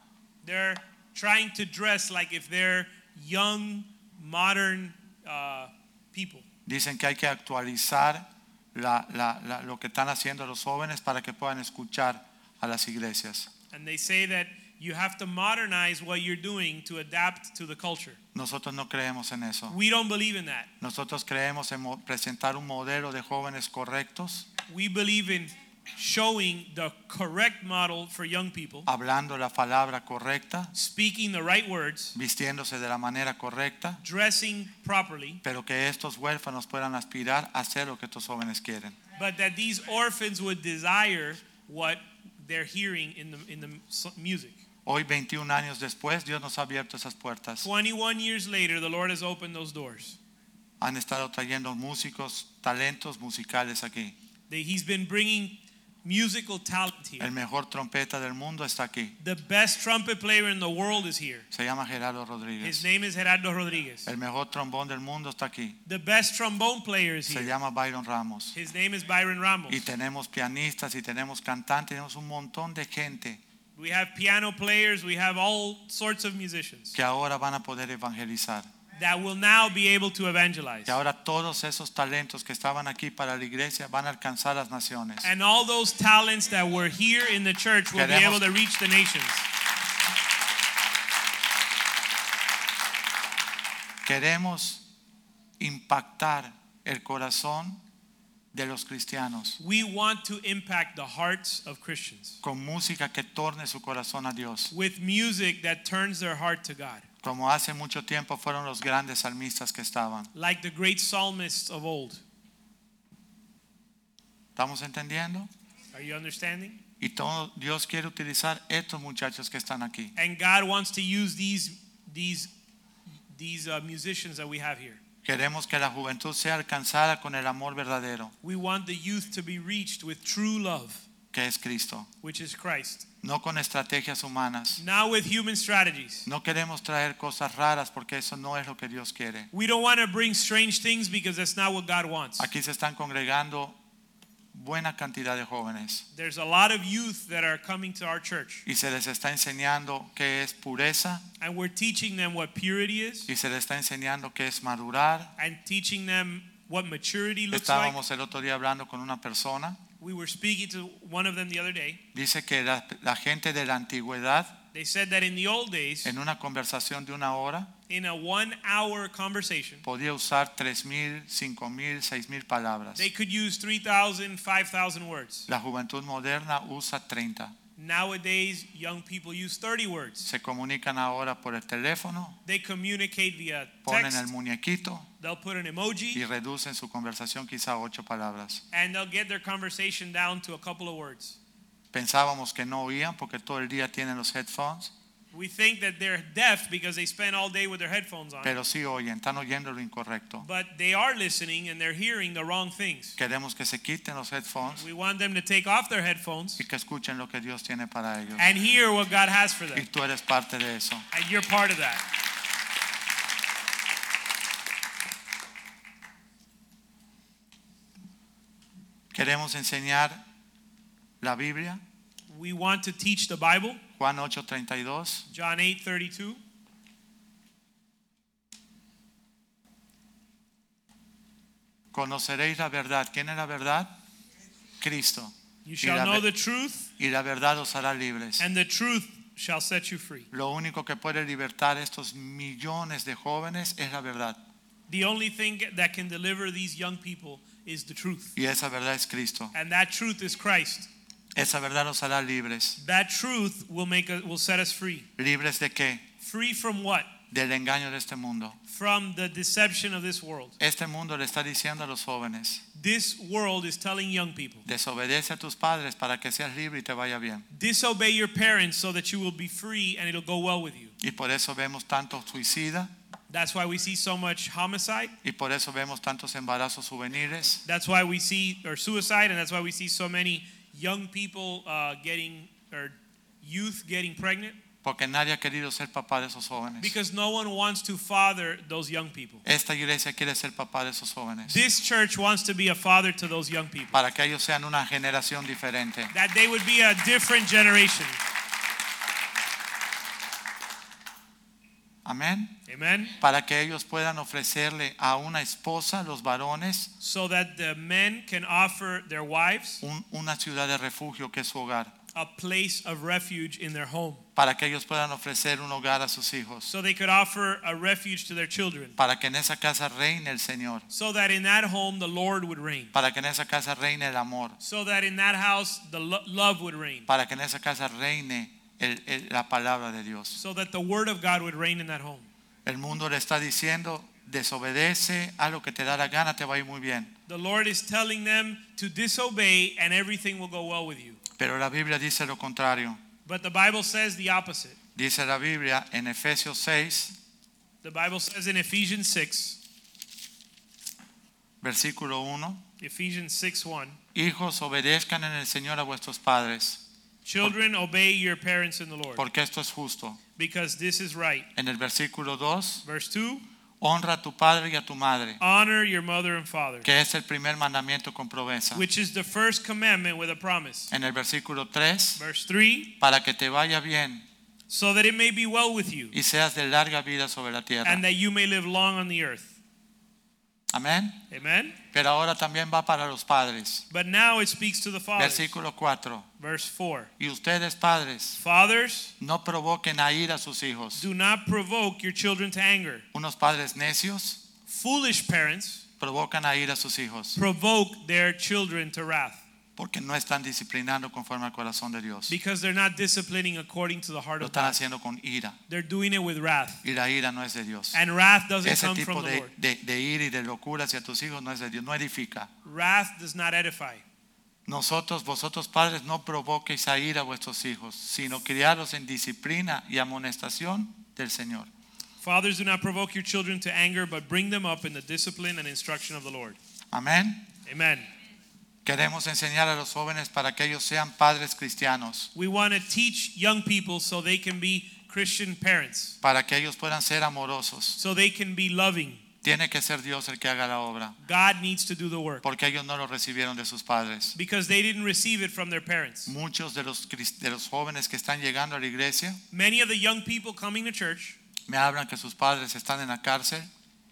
They're trying to dress like if they're young, modern uh, people. Dicen que hay que actualizar la- la- la- lo que están haciendo los jóvenes para que puedan escuchar a las iglesias. And they say that you have to modernize what you're doing to adapt to the culture. Nosotros no creemos en eso. We don't believe in that. Nosotros creemos en mo- presentar un modelo de jóvenes correctos, We believe in showing the correct model for young people, hablando la palabra correcta, speaking the right words, vistiéndose de la manera correcta, dressing properly, pero que estos huérfanos puedan aspirar a hacer lo que estos jóvenes quieren. but that these orphans would desire what they're hearing in the, in the s- music. Hoy, 21 años después, Dios nos ha abierto esas puertas. 21 years later, the Lord has opened those doors. Han estado trayendo músicos, talentos musicales aquí. That He's been bringing musical talent El here. mejor trompeta del mundo está aquí. The best trumpet player in the world is here. Se llama Gerardo Rodríguez. His name is Gerardo Rodriguez. El mejor trombón del mundo está aquí. The best trombone player is Se here. llama Byron Ramos. His name is Byron Ramos. Y tenemos pianistas y tenemos cantantes, tenemos un montón de gente We have piano players, we have all sorts of musicians que ahora van a poder evangelizar. that will now be able to evangelize. Que ahora todos esos talentos que estaban aquí para la iglesia van a alcanzar las naciones. And all those talents that were here in the church will be Queremos- able to reach the nations. Queremos impactar el corazón de los cristianos We want to impact the hearts of Christians con música que torne su corazón a Dios, with music that turns their heart to God, como hace mucho tiempo fueron los grandes salmistas que estaban. like the great psalmists of old. ¿Estamos entendiendo? Are you understanding? Y todo, Dios quiere utilizar estos muchachos que están aquí. And God wants to use these these these uh, musicians that we have here. Queremos que la juventud sea alcanzada con el amor verdadero, We want the youth to be reached with true love, que es Cristo, which is Christ. no con estrategias humanas. Not with human strategies. No queremos traer cosas raras porque eso no es lo que Dios quiere. We don't want to bring strange things because that's not what God wants. Aquí se están congregando buena cantidad de jóvenes There's a lot of youth that are coming to our church, y se les está enseñando qué es pureza and we're teaching them what purity is, y se les está enseñando qué es madurar. and teaching them what maturity looks like. Estábamos el otro día hablando con una persona. We were speaking to one of them the other day. Dice que la, la gente de la antigüedad, They said that in the old days, en una conversación de una hora, in a one hour conversation, podía usar 3.000, 5.000, 6.000 palabras. they could use 3,000, 5,000 words. La juventud moderna usa 30. Nowadays, young people use 30 words. Se comunican ahora por el teléfono, They communicate via ponen el text, muñequito they'll put an y emoji, reducen su conversación quizá a 8 palabras. and they'll get their conversation down to a couple of words. Pensábamos que no oían porque todo el día tienen los headphones, We think that they're deaf because they spend all day with their headphones on. pero sí oyen, están oyendo lo incorrecto. But they are listening and they're hearing the wrong things. Queremos que se quiten los headphones We want them to take off their headphones y que escuchen lo que Dios tiene para ellos. and hear what God has for Y them. tú eres parte de eso. And you're part of that. Queremos enseñar la Biblia, We want to teach the Bible, Juan 8:32. John 8 32. Conoceréis la verdad. ¿Quién es la verdad? Cristo. y, You la shall know ve- the truth, y la verdad os hará libres. and the truth shall set you free. Lo único que puede libertar a estos millones de jóvenes es la verdad. The only thing that can deliver these young people is the truth. Y esa verdad es Cristo. And that truth is Christ. Esa verdad los hará libres. That truth will make us, will set us free. ¿Libres de qué? Free from what? Del engaño de este mundo. From the deception of this world. Este mundo le está diciendo a los jóvenes, This world is telling young people, desobedece a tus padres para que seas libre y te vaya bien. disobey your parents so that you will be free and it'll go well with you. Y por eso vemos tantos suicidas, That's why we see so much homicide. y por eso vemos tantos embarazos juveniles, That's why we see or suicide, and that's why we see so many young people uh, getting or youth getting pregnant porque nadie ha querido ser papá de esos jóvenes. because no one wants to father those young people. Esta iglesia quiere ser papá de esos jóvenes, This church wants to be a father to those young people. para que ellos sean una generación diferente. That they would be a different generation. Amén. Amen. Para que ellos puedan ofrecerle a una esposa, los varones, So that the men can offer their wives un- una ciudad de refugio que es su hogar. a place of refuge in their home. Para que ellos puedan ofrecer un hogar a sus hijos. So they could offer a refuge to their children. Para que en esa casa reine el Señor. So that in that home the Lord would reign. Para que en esa casa reine el amor. So that in that house the lo- love would reign. Para que en esa casa reine el- el- la palabra de Dios. so that the word of God would reign in that home. El mundo le está diciendo, desobedece a lo que te da la gana, te va a ir muy bien. The Lord is telling them to disobey and everything will go well with you. Pero la Biblia dice lo contrario. But the Bible says the opposite. Dice la Biblia en Efesios 6, The Bible says in Ephesians 6, versículo 1, Ephesians 6 1, Hijos, obedezcan en el Señor a vuestros padres, Children, obey your parents in the Lord, porque esto es justo. because this is right. En el versículo 2, Verse 2, honra a tu padre y a tu madre, honor your mother and father, que es el primer mandamiento con promesa. which is the first commandment with a promise. En el versículo 3, Verse 3, para que te vaya bien so that it may be well with you, y seas de larga vida sobre la tierra. and that you may live long on the earth. Amén. Amen? Pero ahora también va para los padres. But now it speaks to the fathers. Versículo 4. Verse 4, Y ustedes, padres, fathers, no provoquen a ir a sus hijos. Do not provoke your children to anger. Unos padres necios Foolish parents provocan a ir a sus hijos provoke their children to wrath porque no están disciplinando conforme al corazón de Dios. because they're not disciplining according to the heart Lo of están God. haciendo con ira. They're doing it with wrath. Y la ira no es de Dios. And wrath doesn't Ese come tipo from the de, Lord. de, de ira y de locura hacia tus hijos no es de Dios, no edifica. Wrath does not edify. Nosotros, vosotros padres, no provoquéis a ira a vuestros hijos, sino criarlos en disciplina y amonestación del Señor. Fathers, do not provoke your children to anger, but bring them up in the discipline and instruction of the Lord. Amén. Amen. Queremos enseñar a los jóvenes para que ellos sean padres cristianos, We want to teach young people so they can be Christian parents, para que ellos puedan ser amorosos. so they can be loving. Tiene que ser Dios el que haga la obra, God needs to do the work porque ellos no lo recibieron de sus padres. because they didn't receive it from their parents. Muchos de los, cris- de los jóvenes que están llegando a la iglesia Many of the young people coming to church me hablan que sus padres están en la cárcel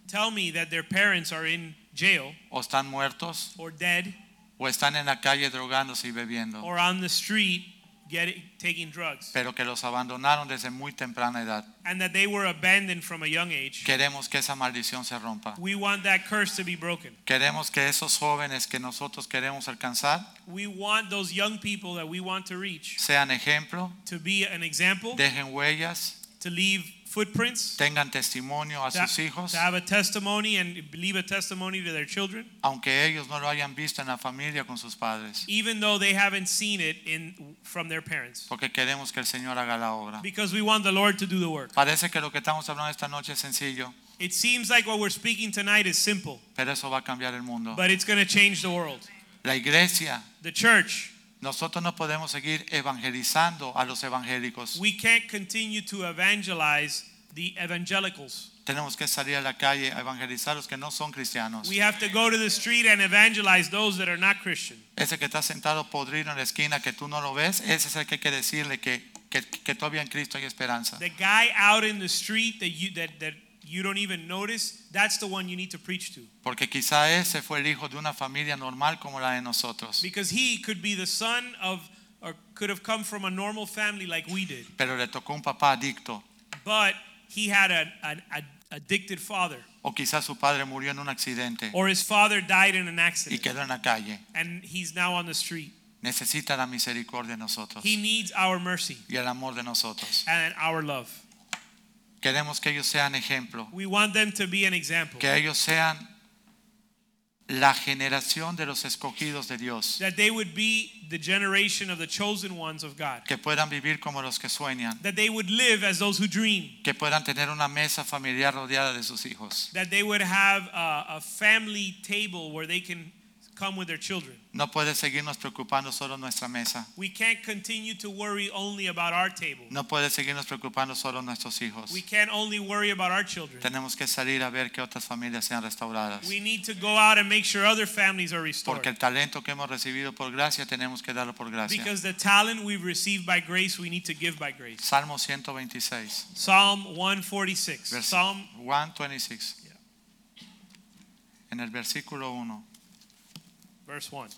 tell me that their parents are in jail o están muertos or dead o están en la calle drogándose y bebiendo, or on the street getting, taking drugs pero que los abandonaron desde muy temprana edad. and that they were abandoned from a young age. Queremos que esa maldición se rompa. We want that curse to be broken. Queremos que esos jóvenes que nosotros queremos alcanzar We want those young people that we want to reach sean ejemplo, to be an example, dejen huellas, to leave footprints, tengan testimonio a to, sus hijos, to have a testimony and leave a testimony to their children, aunque ellos no lo hayan visto en la familia con sus padres, even though they haven't seen it in from their parents. porque queremos que el Señor haga la obra. Because we want the Lord to do the work. Parece que lo que estamos hablando esta noche es sencillo, It seems like what we're speaking tonight is simple. pero eso va a cambiar el mundo. but it's going to change the world. La iglesia, The church, nosotros no podemos seguir evangelizando a los evangélicos. we can't continue to evangelize the evangelicals. Tenemos que salir a la calle a evangelizar a los que no son cristianos. We have to go to the street and evangelize those that are not Christian. Ese que está sentado podrido en la esquina que tú no lo ves, ese es el que hay que decirle que, que, que todavía en Cristo hay esperanza. The guy out in the street that you that that you don't even notice, that's the one you need to preach to. Porque quizá ese fue el hijo de una familia normal como la de nosotros. Because he could be the son of, or could have come from a normal family like we did, Pero le tocó un papá adicto. but he had an, an, an addicted father, O quizá su padre murió en un accidente or his father died in an y accident, quedó en la calle. and he's now on the street. Necesita la misericordia de nosotros He needs our mercy y el amor de nosotros. and our love. Queremos que ellos sean ejemplo. We want them to be an example, Que ellos sean la generación de los escogidos de Dios. that they would be the generation of the chosen ones of God, Que puedan vivir como los que sueñan. that they would live as those who dream, Que puedan tener una mesa familiar rodeada de sus hijos. that they would have a, a family table where they can come with their children. No puede seguirnos preocupando solo nuestra mesa. We can't continue to worry only about our table. No puede seguirnos preocupando solo nuestros hijos. We can't only worry about our children. Tenemos que salir a ver que otras familias sean restauradas. We need to go out and make sure other families are restored. Porque el talento que hemos recibido por gracia tenemos que darlo por gracia. Because the talent we've received by grace, we need to give by grace. Salmo 126, Psalm 146. vers- Psalm 126. Yeah. En el versículo 1. verse 1.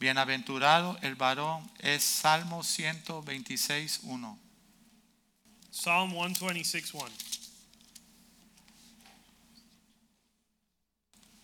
Bienaventurado el varón es Salmo 126, 1. Psalm 126 1.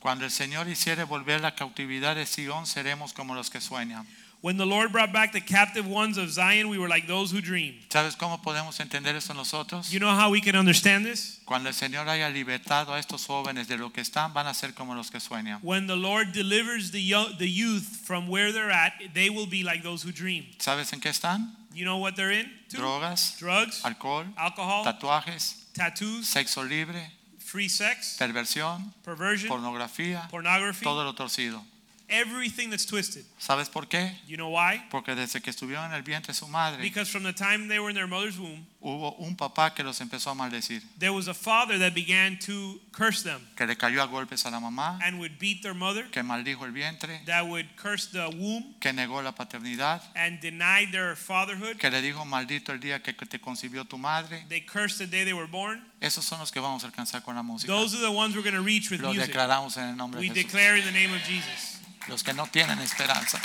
Cuando el Señor hiciere volver la cautividad de Sion, seremos como los que sueñan. When the Lord brought back the captive ones of Zion, we were like those who dream. ¿Sabes cómo podemos entender eso nosotros? You know how we can understand this? Cuando el Señor haya libertado a estos jóvenes de lo que están, van a ser como los que sueñan. When the Lord delivers the, yo- the youth from where they're at, they will be like those who dream. ¿Sabes en qué están? You know what they're in? too? Drogas, Drugs, alcohol, alcohol, tatuajes, tattoos, sexo libre, free sex, perversión, perversion, pornografía, pornography, todo lo torcido. everything that's twisted. ¿Sabes por qué? You know why? Porque desde que estuvieron en el vientre de su madre, Because from the time they were in their mother's womb, hubo un papá que los empezó a maldecir, there was a father that began to curse them que le cayó a golpes a la mamá, and would beat their mother, que maldijo el vientre, that would curse the womb que negó la paternidad, and deny their fatherhood. que le dijo maldito el día que te concibió tu madre. They cursed the day they were born. Esos son los que vamos a alcanzar con la música. Those are the ones we're going to reach with Los music. declaramos en el nombre We de Jesús. declare in the name of Jesus. Los que no tienen esperanza.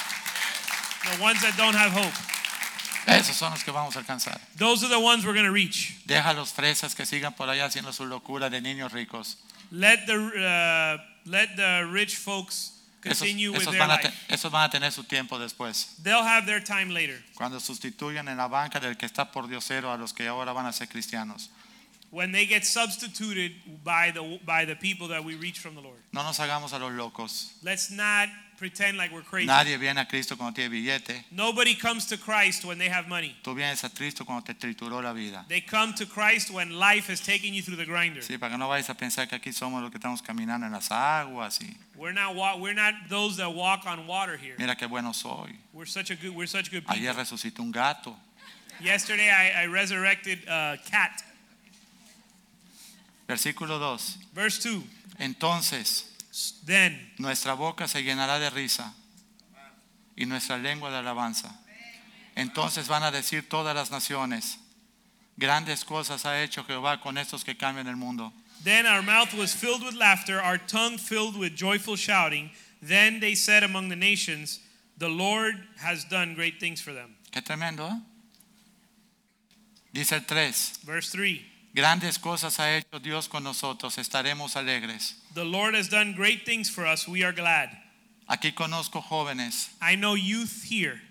The ones that don't have hope. Esos son los que vamos a alcanzar. Those are the ones we're going to reach. Deja a los fresas que sigan por allá haciendo su locura de niños ricos. Let the uh, let the rich folks Esos, continue with esos their van a life. te- esos van a tener su tiempo después. They'll have their time later. Cuando sustituyan en la banca del que está por diosero a los que ahora van a ser cristianos. When they get substituted by the by the people that we reach from the Lord. No nos hagamos a los locos. Let's not pretend like we're crazy. Nadie viene a Cristo cuando tiene billete. Nobody comes to Christ when they have money. Tú vienes a Cristo cuando te trituró la vida. They come to Christ when life has taken you through the grinder. Sí, para que no vayas a pensar que aquí somos los que estamos caminando en las aguas. Y We're not wa- we're not those that walk on water here. mira qué bueno soy. We're such a good we're such good people. Ayer resucitó un gato. Yesterday I, I resurrected a cat. Versículo 2. Verse two. Entonces, S- Then Nuestra boca se llenará de risa y nuestra lengua de alabanza. Entonces van a decir todas las naciones, grandes cosas ha hecho Jehová con estos que cambian el mundo. Then our mouth was filled with laughter, our tongue filled with joyful shouting. Then they said among the nations, The Lord has done great things for them. Qué tremendo, ¿eh? Dice el 3, Verse 3 grandes cosas ha hecho Dios con nosotros, estaremos alegres. The Lord has done great things for us, we are glad. Aquí conozco jóvenes I know youth here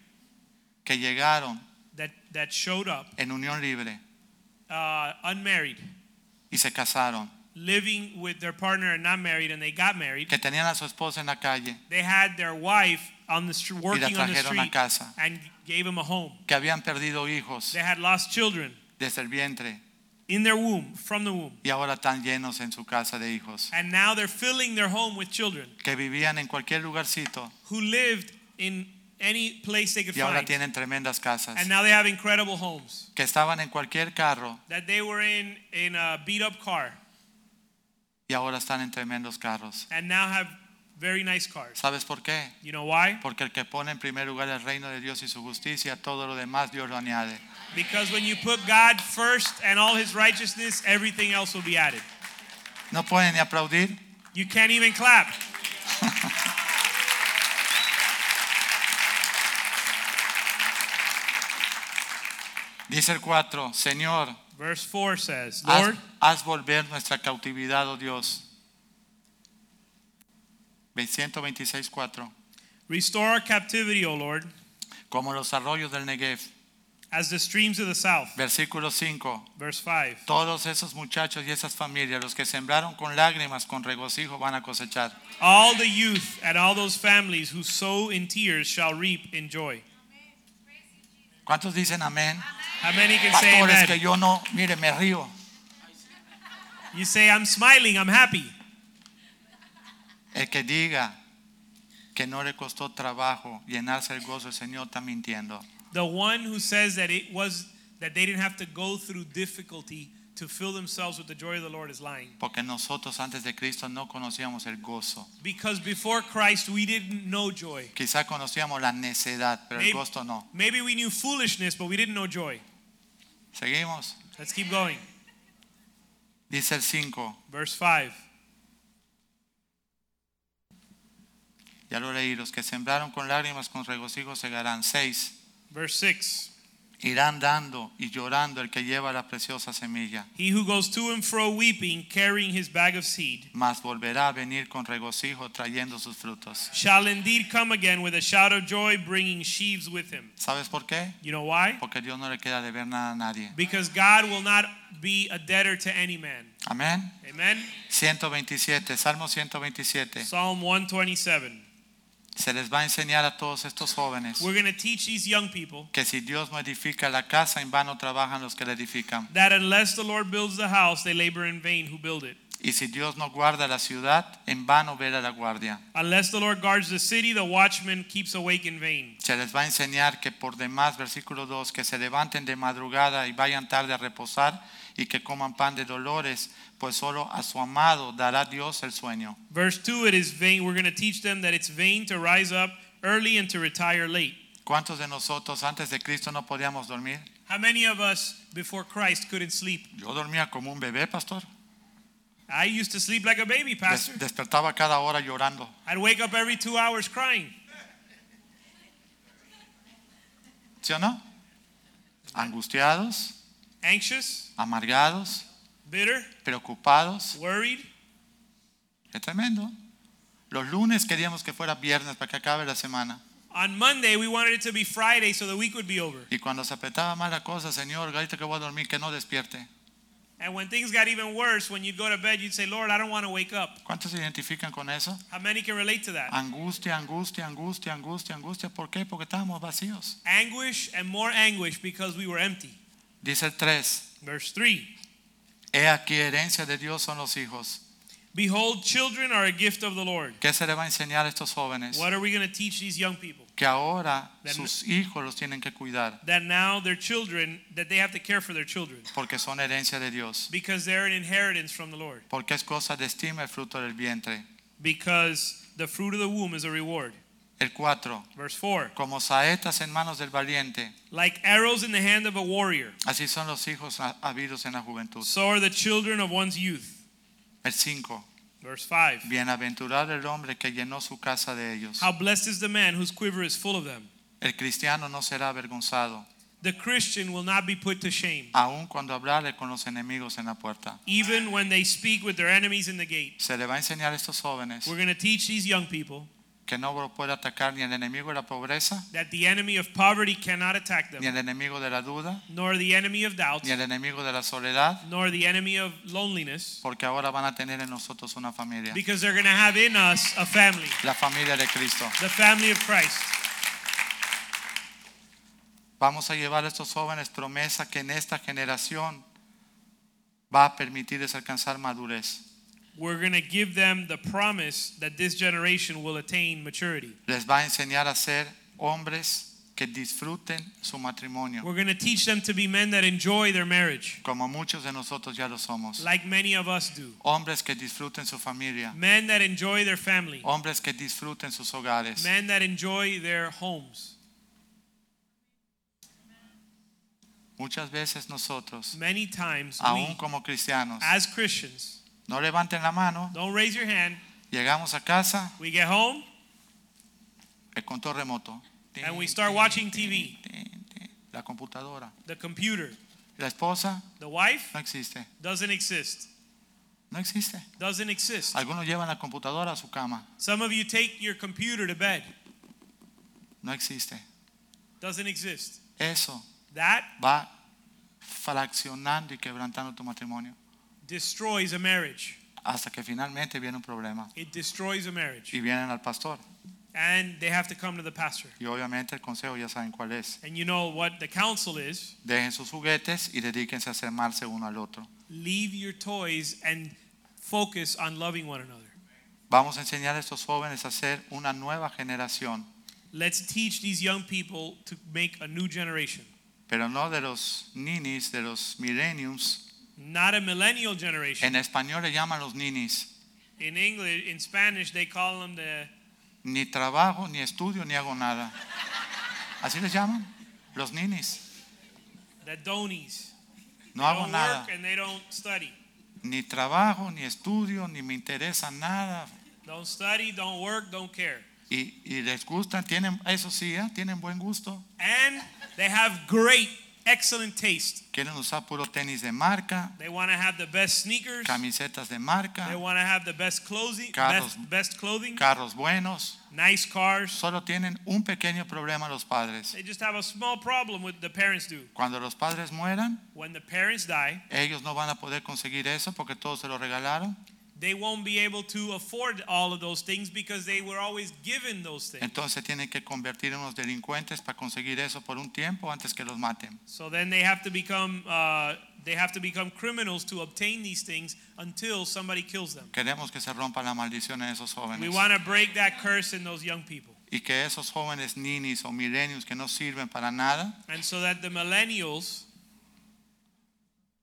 que llegaron that, that showed up en unión libre uh, unmarried, y se casaron, living with their partner and not married, and they got married. que tenían a su esposa en la calle They had their wife on the str- y la working on the trajeron a street casa, and gave him a home. que habían perdido hijos They had lost children desde el vientre. in their womb, from the womb. y ahora están llenos en su casa de hijos, And now they're filling their home with children. que vivían en cualquier lugarcito who lived in any place they could y ahora find. tienen tremendas casas, And now they have incredible homes. que estaban en cualquier carro That they were in in a beat up car y ahora están en tremendos carros. and now have very nice cars. ¿Sabes por qué? You know why? Porque el que pone en primer lugar el reino de Dios y su justicia, todo lo demás Dios lo añade. Because when you put God first and all his righteousness, everything else will be added. No pueden ni aplaudir. You can't even clap. Dice el 4, Señor, Verse 4 says, haz, Lord, haz volver nuestra cautividad, oh Dios. 126, 4. restore our captivity, O Lord, Como los arroyos del Negev. as the streams of the south. Versículo 5. Verse 5. Todos esos muchachos y esas familias, los que sembraron con lágrimas, con regocijo, van a cosechar. All the youth and all those families who sow in tears shall reap in joy. ¿Cuántos dicen amén? How many can say Pastores que amen? yo no, mire, me río. You say, I'm smiling, I'm happy. El que diga que no le costó trabajo llenarse el gozo del Señor está mintiendo. The one who says that it was that they didn't have to go through difficulty to fill themselves with the joy of the Lord is lying. Porque nosotros antes de Cristo no conocíamos el gozo. Because before Christ we didn't know joy. Quizá conocíamos la necedad, pero el Maybe- gozo no. Maybe we knew foolishness, but we didn't know joy. Seguimos. Let's keep going. Dice el 5. Verse 5. Ya lo leí. Los que sembraron con lágrimas, con regocijo segarán. 6. Verse 6. Irán dando y llorando el que lleva la preciosa semilla. He who goes to and fro weeping, carrying his bag of seed, Mas volverá a venir con regocijo trayendo sus frutos. shall indeed come again with a shout of joy, bringing sheaves with him. ¿Sabes por qué? You know why? Porque Dios no le queda de ver nada a nadie. Because God will not be a debtor to any man. Amén. Amen. 127, Salmo 127. Psalm 127. Se les va a enseñar a todos estos jóvenes We're going to teach these young people que si Dios no edifica la casa, en vano trabajan los que la edifican. that unless the Lord builds the house, they labor in vain who build it. Y si Dios no guarda la ciudad, en vano verá la guardia. Unless the Lord guards the city, the watchman keeps awake in vain. Se les va a enseñar que por demás, versículo 2, que se levanten de madrugada y vayan tarde a reposar y que coman pan de dolores, pues solo a su amado dará Dios el sueño. Verse 2 it is vain. We're going to teach them that it's vain to rise up early and to retire late. ¿Cuántos de nosotros antes de Cristo no podíamos dormir? How many of us before Christ couldn't sleep? Yo dormía como un bebé, pastor. I used to sleep like a baby, Des- Pastor. despertaba cada hora llorando. I'd wake up every two hours crying. ¿Sí o no? Angustiados, Anxious, amargados, bitter, preocupados. worried. Es tremendo. Los lunes queríamos que fuera viernes para que acabe la semana. On Monday, we wanted it to be Friday so the week would be over. Y cuando se apretaba más la cosa, Señor, ahorita que voy a dormir, que no despierte. And when things got even worse, when you'd go to bed, you'd say, Lord, I don't want to wake up. ¿Cuántos se identifican con eso? How many can relate to that? Angustia, angustia, angustia, angustia, angustia. ¿Por qué? Porque estábamos vacíos. Anguish and more anguish because we were empty. Dice el 3. Verse 3 He aquí herencia de Dios son los hijos. Behold, children are a gift of the Lord. ¿Qué se le va a enseñar a estos jóvenes? What are we going to teach these young people? Que ahora Then- sus hijos los tienen que cuidar That now their children, that they have to care for their children porque son herencia de Dios. because they're an inheritance from the Lord. Porque es cosa de estima el fruto del vientre. Because the fruit of the womb is a reward. El 4. Verse 4 Como saetas en manos del valiente, Like arrows in the hand of a warrior, así son los hijos ha- habidos en la juventud. so are the children of one's youth. El 5. Verse 5 Bienaventurado el hombre que llenó su casa de ellos. How blessed is the man whose quiver is full of them. El cristiano no será avergonzado, The Christian will not be put to shame, aun cuando hablare con los enemigos en la puerta. even when they speak with their enemies in the gate. Se le va a enseñar a estos jóvenes We're going to teach these young people que no lo puede atacar ni el enemigo de la pobreza, that the enemy of poverty cannot attack ni el them, enemigo de la duda, nor the enemy of doubt, ni el enemigo de la soledad, nor the enemy of loneliness, porque ahora van a tener en nosotros una familia, because they're going to have in us a family, la familia de Cristo. the family of Christ. Vamos a llevar a estos jóvenes promesa que en esta generación va a permitirles alcanzar madurez. We're going to give them the promise that this generation will attain maturity. Les va a enseñar a ser hombres que disfruten su matrimonio, We're going to teach them to be men that enjoy their marriage, como muchos de nosotros ya lo somos. like many of us do. Hombres que disfruten su familia. Men that enjoy their family, Hombres que disfruten sus hogares. men that enjoy their homes. Muchas veces nosotros, Many times, aún we, como cristianos, as Christians, no levanten la mano, don't raise your hand. llegamos a casa, We get home el control remoto, Tin, and we start tin, watching TV, tin, tin. la computadora, the computer. la esposa The wife no existe, doesn't exist. no existe. Doesn't exist. Algunos llevan la computadora a su cama, Some of you take your computer to bed. no existe. Doesn't exist. Eso That va fraccionando y quebrantando tu matrimonio destroys a marriage. hasta que finalmente viene un problema It destroys a marriage. y vienen al pastor And they have to come to the pastor. y obviamente el consejo ya saben cuál es And you know what the counsel is dejen sus juguetes y dedíquense a hacer amarse uno al otro leave your toys and focus on loving one another. vamos a enseñar a estos jóvenes a ser una nueva generación Let's teach these young people to make a new generation. pero no de los ninis de los millenniums Not a millennial generation. en español le llaman los ninis In English, in Spanish, they call them the ni trabajo ni estudio ni hago nada así les llaman los ninis the donies. no hago don't work nada and they don't study. ni trabajo ni estudio ni me interesa nada Don't study, don't work, don't care. Y, y les gustan, tienen, eso sí, ¿eh? tienen buen gusto. And they have great, excellent taste. Quieren usar puro tenis de marca, They want to have the best sneakers. camisetas de They marca, want to have the best clothing, Carros. best, best clothing, carros buenos. nice cars. Solo tienen un pequeño problema los padres. They just have a small problem with the parents do. Cuando los padres mueran, When the parents die, ellos no van a poder conseguir eso porque todos se lo regalaron. they won't be able to afford all of those things because they were always given those things. Entonces tienen que convertir en unos delincuentes para conseguir eso por un tiempo antes que los maten. So then they have to become uh, they have to become criminals to obtain these things until somebody kills them. Queremos que se rompa la maldición en esos We jóvenes. want to break that curse in those young people. Y que esos jóvenes ninis o milenios que no sirven para nada, And so that the millennials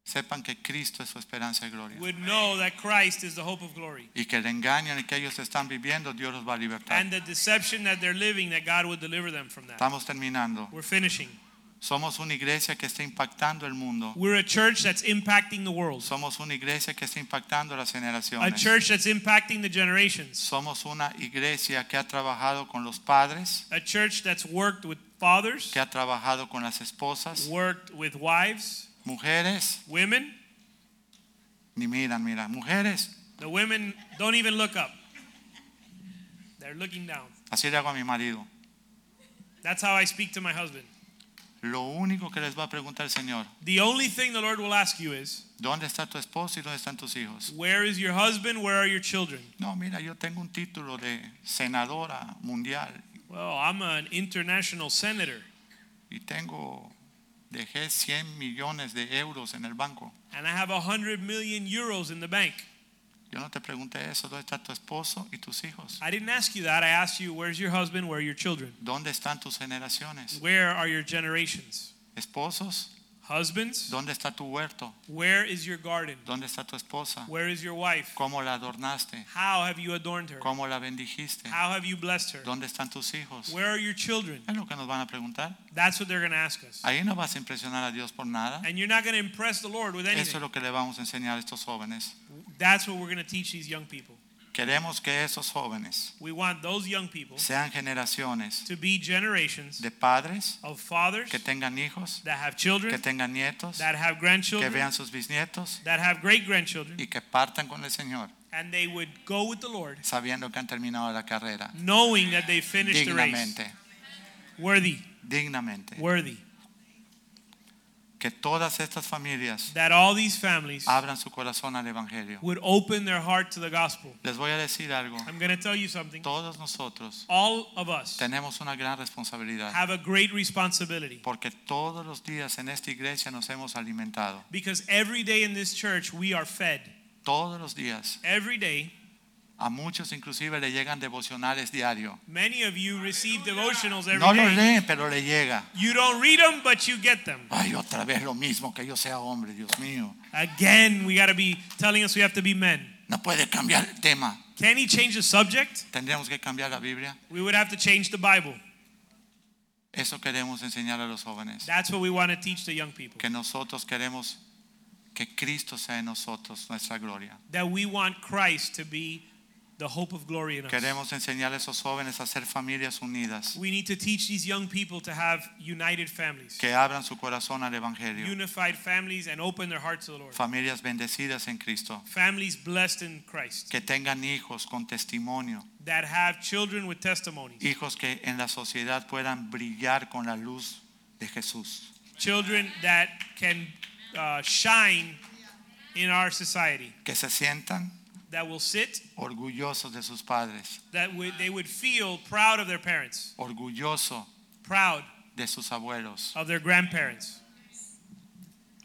sepan que Cristo es su esperanza y gloria. would know that Christ is the hope of glory. y que el engaño en el que ellos están viviendo, Dios los va a libertar. And the deception that they're living, that God would deliver them from that. Estamos terminando. We're finishing. Somos una iglesia que está impactando el mundo. We're a church that's impacting the world, Somos una iglesia que está impactando las a generaciones. church that's impacting the generations, Somos una iglesia que ha trabajado con los padres, a church that's worked with fathers, que ha trabajado con las esposas. worked with wives, Mujeres, women. ni miran, mira, mujeres. The women don't even look up, they're looking down. Así le hago a mi marido. That's how I speak to my husband. Lo único que les va a preguntar el Señor, The only thing the Lord will ask you is, ¿dónde está tu esposo y dónde están tus hijos? Where is your husband? Where are your children? No, mira, yo tengo un título de senadora mundial Well, I'm an international senator. y tengo, dejé 100 millones de euros en el banco. and I have a hundred million euros in the bank. Yo no te pregunté eso, ¿dónde está tu esposo y tus hijos? I didn't ask you that. I asked you, where's your husband? Where are your children? ¿Dónde están tus generaciones? Where are your generations? Esposos, Husbands, ¿dónde está tu huerto? where is your garden? ¿Dónde está tu esposa? Where is your wife? ¿Cómo la adornaste? How have you adorned her? ¿Cómo la bendijiste? How have you blessed her? ¿Dónde están tus hijos? Where are your children? Es lo que nos van a preguntar. That's what they're going to ask us. Ahí no vas a impresionar a Dios por nada. And you're not going to impress the Lord with Eso es anything. lo que le vamos a enseñar a estos jóvenes. That's what we're going to teach these young people. Queremos que esos jóvenes We want those young people sean generaciones to be generations de padres of fathers que tengan hijos, that have que children, tengan nietos, that have que grandchildren, vean sus bisnietos that have great grandchildren, y que partan con el Señor and they would go with the Lord, sabiendo que han terminado la carrera knowing that they finished the race. dignamente, Worthy, dignamente. worthy. Que todas estas familias That all these families abran su corazón al Evangelio. would open their heart to the gospel. Les voy a decir algo. I'm going to tell you something. Todos nosotros All of us tenemos una gran responsabilidad have a great responsibility porque todos los días en esta iglesia nos hemos alimentado. because every day in this church we are fed. Todos los días. Every day, A muchos inclusive le llegan devocionales diario. many of you receive devotionals every day. No los leen, pero le llega. You don't read them, but you get them. Ay, otra vez lo mismo, que yo sea hombre, Dios mío. Again, we got to be telling us we have to be men. No puede cambiar el tema. Can he change the subject? Tendríamos que cambiar la Biblia. We would have to change the Bible. Eso queremos enseñar a los jóvenes. That's what we want to teach the young people. Que nosotros queremos que Cristo sea en nosotros nuestra gloria. That we want Christ to be the hope of glory in us. Queremos enseñar a esos jóvenes a ser familias unidas, We need to teach these young people to have united families, que abran su corazón al Evangelio, unified families, and open their hearts to the Lord. familias bendecidas en Cristo, Families blessed in Christ que tengan hijos con testimonio, that have children with testimonies, hijos que en la sociedad puedan brillar con la luz de Jesús. children that can uh, shine in our society, que se sientan that will sit, orgullosos de sus padres, that would they would feel proud of their parents, orgullosos proud de sus abuelos. of their grandparents.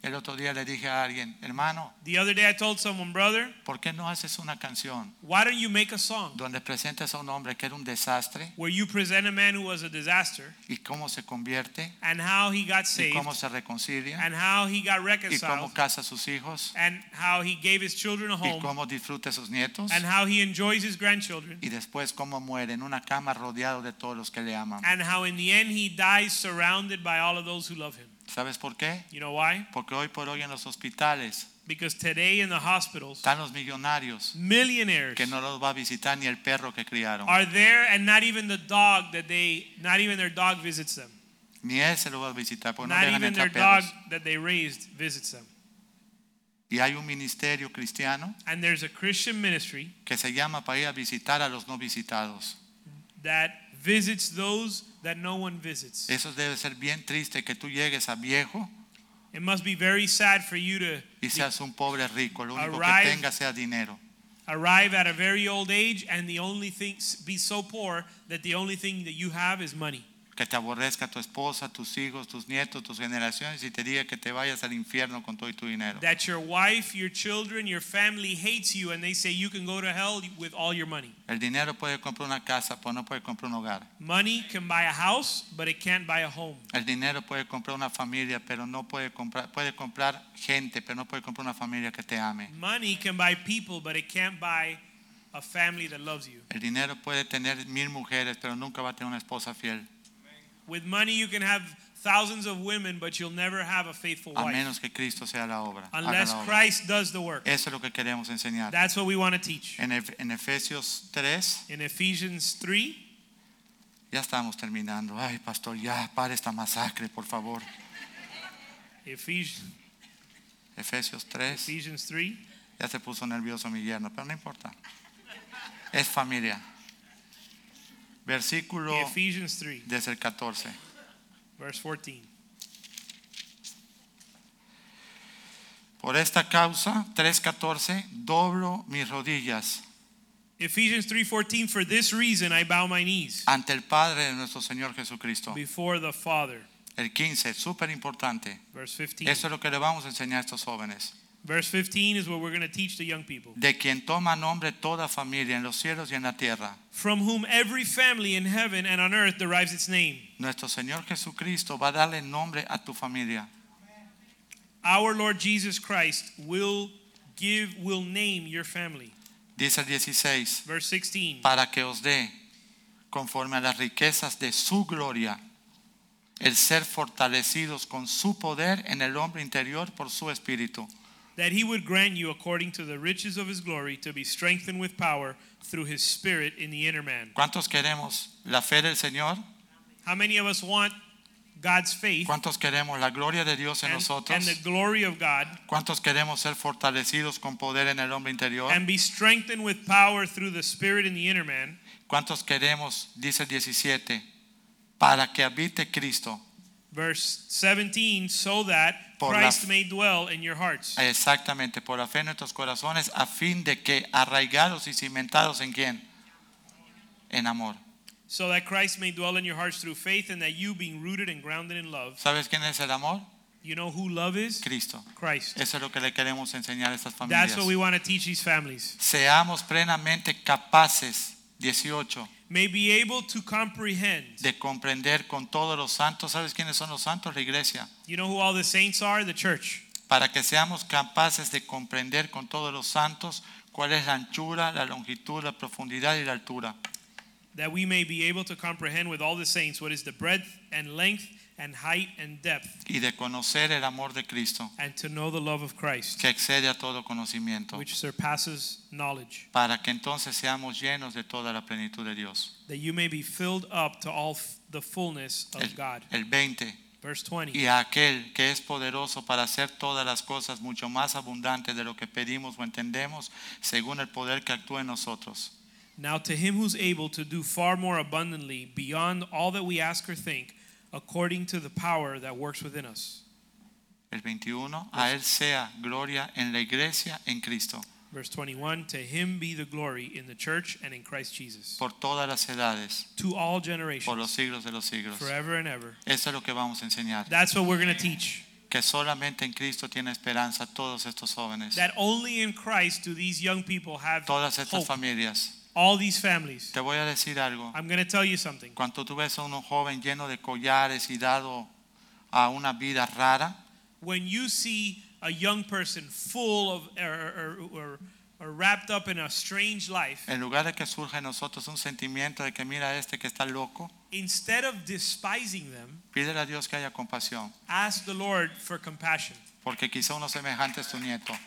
El otro día le dije a alguien, hermano, The other day I told someone, brother, ¿por qué no haces una canción why don't you make a song donde presentes a un hombre que era un desastre where you present a man who was a disaster y cómo se convierte and how he got y saved cómo se reconcilia and how he got y reconciled cómo casa a sus hijos and how he gave his children a y home cómo disfruta a sus nietos and how he enjoys his grandchildren y después cómo muere en una cama rodeado de todos los que le aman? and how in the end he dies surrounded by all of those who love him. ¿Sabes por qué? You know why? Porque hoy por hoy en los hospitales Because today in the hospitals, están los millonarios millionaires que no los va a visitar ni el perro que criaron. are there and not even the dog that they not even their dog visits them. Ni él se lo va a visitar porque no Not dejan even their entrar dog perros. that they raised visits them. Y hay un ministerio cristiano And there's a Christian ministry que se llama para ir a visitar a los no visitados. that visits those that no one visits. Eso debe ser bien triste que tú llegues a viejo It must be very sad for you to y seas un pobre rico. Lo único que Arrive. tengas sea dinero. arrive at a very old age and the only thing be so poor that the only thing that you have is money. Que te aborrezca tu esposa, tus hijos, tus nietos, tus generaciones y te diga que te vayas al infierno con todo y tu dinero. That your wife, your children, your family hates you and they say you can go to hell with all your money. El dinero puede comprar una casa, pero no puede comprar un hogar. Money can buy a house, but it can't buy a home. El dinero puede comprar una familia, pero no puede comprar, puede comprar gente, pero no puede comprar una familia que te ame. Money can buy people, but it can't buy a family that loves you. El dinero puede tener mil mujeres, pero nunca va a tener una esposa fiel, With money, you can have thousands of women, but you'll never have a faithful a wife. menos que Cristo sea la obra. haga Unless la obra. Christ does the work. Eso es lo que queremos enseñar. That's what we want to teach. En, Ef- en Efesios 3, In Ephesians 3, ya estamos terminando. Ay, pastor, ya, para esta masacre, por favor. Ephesians, Efesios 3, Ephesians 3. ya se puso nervioso mi yerno, pero no importa. Es familia. Versículo Ephesians 3, desde el 14. verse 14. Por esta causa, 3.14, doblo mis rodillas Ephesians 3:14 For this reason I bow my knees ante el Padre de nuestro Señor Jesucristo. before the Father. El 15, súper importante. Verse 15. Eso es lo que le vamos a enseñar a estos jóvenes. Verse 15 is what we're going to teach the young people. De quien toma nombre toda familia en los cielos y en la tierra. From whom every family in heaven and on earth derives its name. Nuestro Señor Jesucristo va a darle nombre a tu familia. Our Lord Jesus Christ will give will name your family. Dice el 16, Verse 16. para que os dé, conforme a las riquezas de su gloria, el ser fortalecidos con su poder en el hombre interior por su espíritu. that he would grant you according to the riches of his glory to be strengthened with power through his spirit in the inner man. ¿Cuántos queremos la fe del Señor? How many of us want God's faith ¿Cuántos queremos la gloria de Dios en and, and nosotros? the glory of God ¿Cuántos queremos ser fortalecidos con poder en el hombre interior? and be strengthened with power through the spirit in the inner man? ¿Cuántos queremos, dice el 17, para que habite Cristo? Verse 17 so that Por la- Christ may dwell in your hearts Exactamente, por la fe en nuestros corazones, a fin de que arraigados y cimentados en quién? En amor. so that Christ may dwell in your hearts through faith and that you being rooted and grounded in love. ¿Sabes quién es el amor? You know who love is? Cristo. Christ. Eso es lo que le queremos enseñar a estas familias. That's what we want to teach these families. Seamos plenamente capaces, 18, May be able to comprehend de comprender con todos los santos. ¿Sabes quiénes son los santos? La iglesia. You know who all the saints are? The church. para que seamos capaces de comprender con todos los santos cuál es la anchura, la longitud, la profundidad y la altura. that we may be able to comprehend with all the saints what is the breadth and length and height and depth, y de conocer el amor de Cristo and to know the love of Christ, que excede a todo conocimiento, which surpasses knowledge, para que entonces seamos llenos de toda la plenitud de Dios. that you may be filled up to all f- the fullness of El, God. el 20. Verse 20. Y a aquel que es poderoso para hacer todas las cosas mucho más abundantes de lo que pedimos o entendemos, según el poder que actúa en nosotros. Now to him who's able to do far more abundantly beyond all that we ask or think, according to the power that works within us. El 21. A él sea gloria en la iglesia en Cristo, Verse 21 To him be the glory in the church and in Christ Jesus, por todas las edades, to por all los generations, siglos de los siglos. forever and ever. Eso es lo que vamos a enseñar. That's what we're going to teach. Que solamente en Cristo tiene esperanza todos estos jóvenes, That only in Christ do these young people have todas estas hope. familias. All these families. Te voy a decir algo. I'm going to tell you something. Cuando tú ves a un joven lleno de collares y dado a una vida rara, When you see a young person full of or, or, or, or wrapped up in a strange life, En lugar de que surja en nosotros un sentimiento de que mira este que está loco, instead of despising them, pídele a Dios que haya compasión, ask the Lord for compassion. porque quizá uno semejante es tu nieto.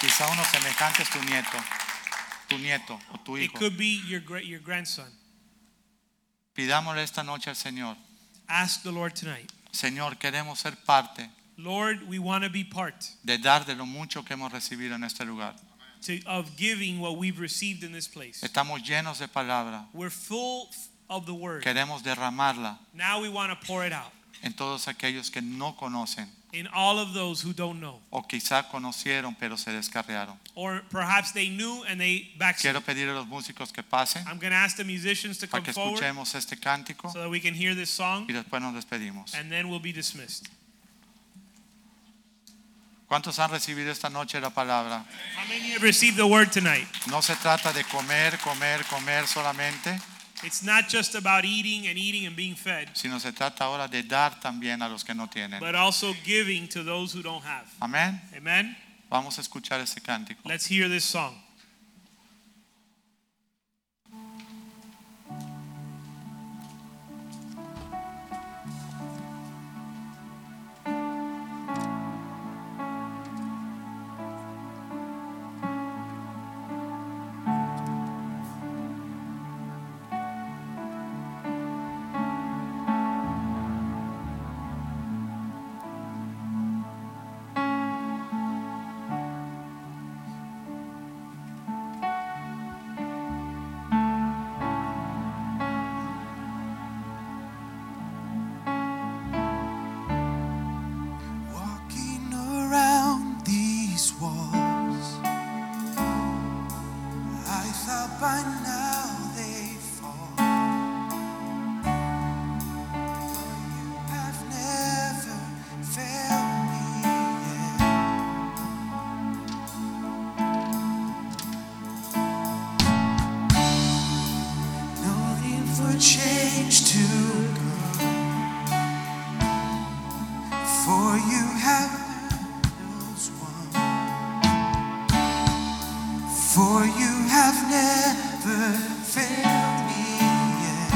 Quizá uno semejante es tu nieto, tu nieto o tu It hijo. could be your gra- your grandson. Pidámosle esta noche al Señor. Ask the Lord tonight. Señor, queremos ser parte Lord, we want to be part de dar de lo mucho que hemos recibido en este lugar. to, of giving what we've received in this place. Estamos llenos de palabra. We're full of the word. Queremos derramarla Now we want to pour it out en todos aquellos que no conocen in all of those who don't know, o quizá conocieron pero se descarriaron. or perhaps they knew and they backslid. Quiero pedir a los músicos que pasen. I'm going to ask the musicians to come para que forward escuchemos este cántico so that we can hear this song, y después nos despedimos. and then we'll be dismissed. ¿Cuántos han recibido esta noche la palabra? How many have received the word tonight? No se trata de comer, comer, comer solamente, It's not just about eating and eating and being fed, sino se trata ahora de dar también a los que no tienen. but also giving to those who don't have. Amén. Amen. Vamos a escuchar este cántico. Let's hear this song. Walking around these walls, I thought by now they fall. But you have never failed me yet. No need for change to come. For you have knows one. For you have never failed me yet.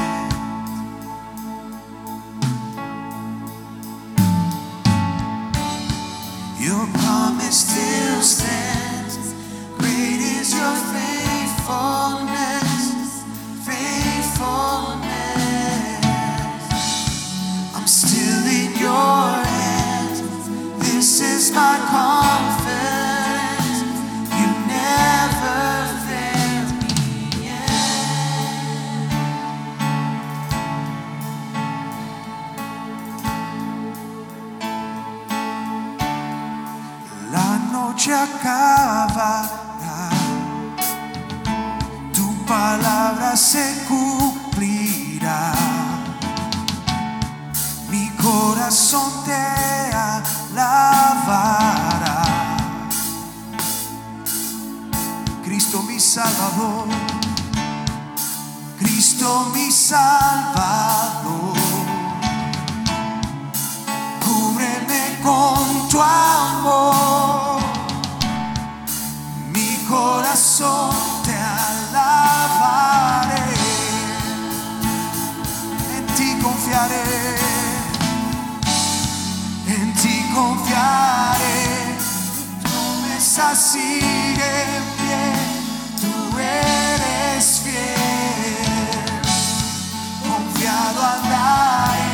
Your promise still stands. Great is your faithfulness. Faithfulness. I'm still in your hands. This is my confidence. You never failed me yet. La noche acabará. Tu palabra se cumplirá. Mi corazón te alabará. Cristo mi Salvador, Cristo mi Salvador. Cúbreme con tu amor. Mi corazón te alabará. confiaré, en ti confiaré, tu promesa sigue en pie, tú eres fiel, confiado andaré, en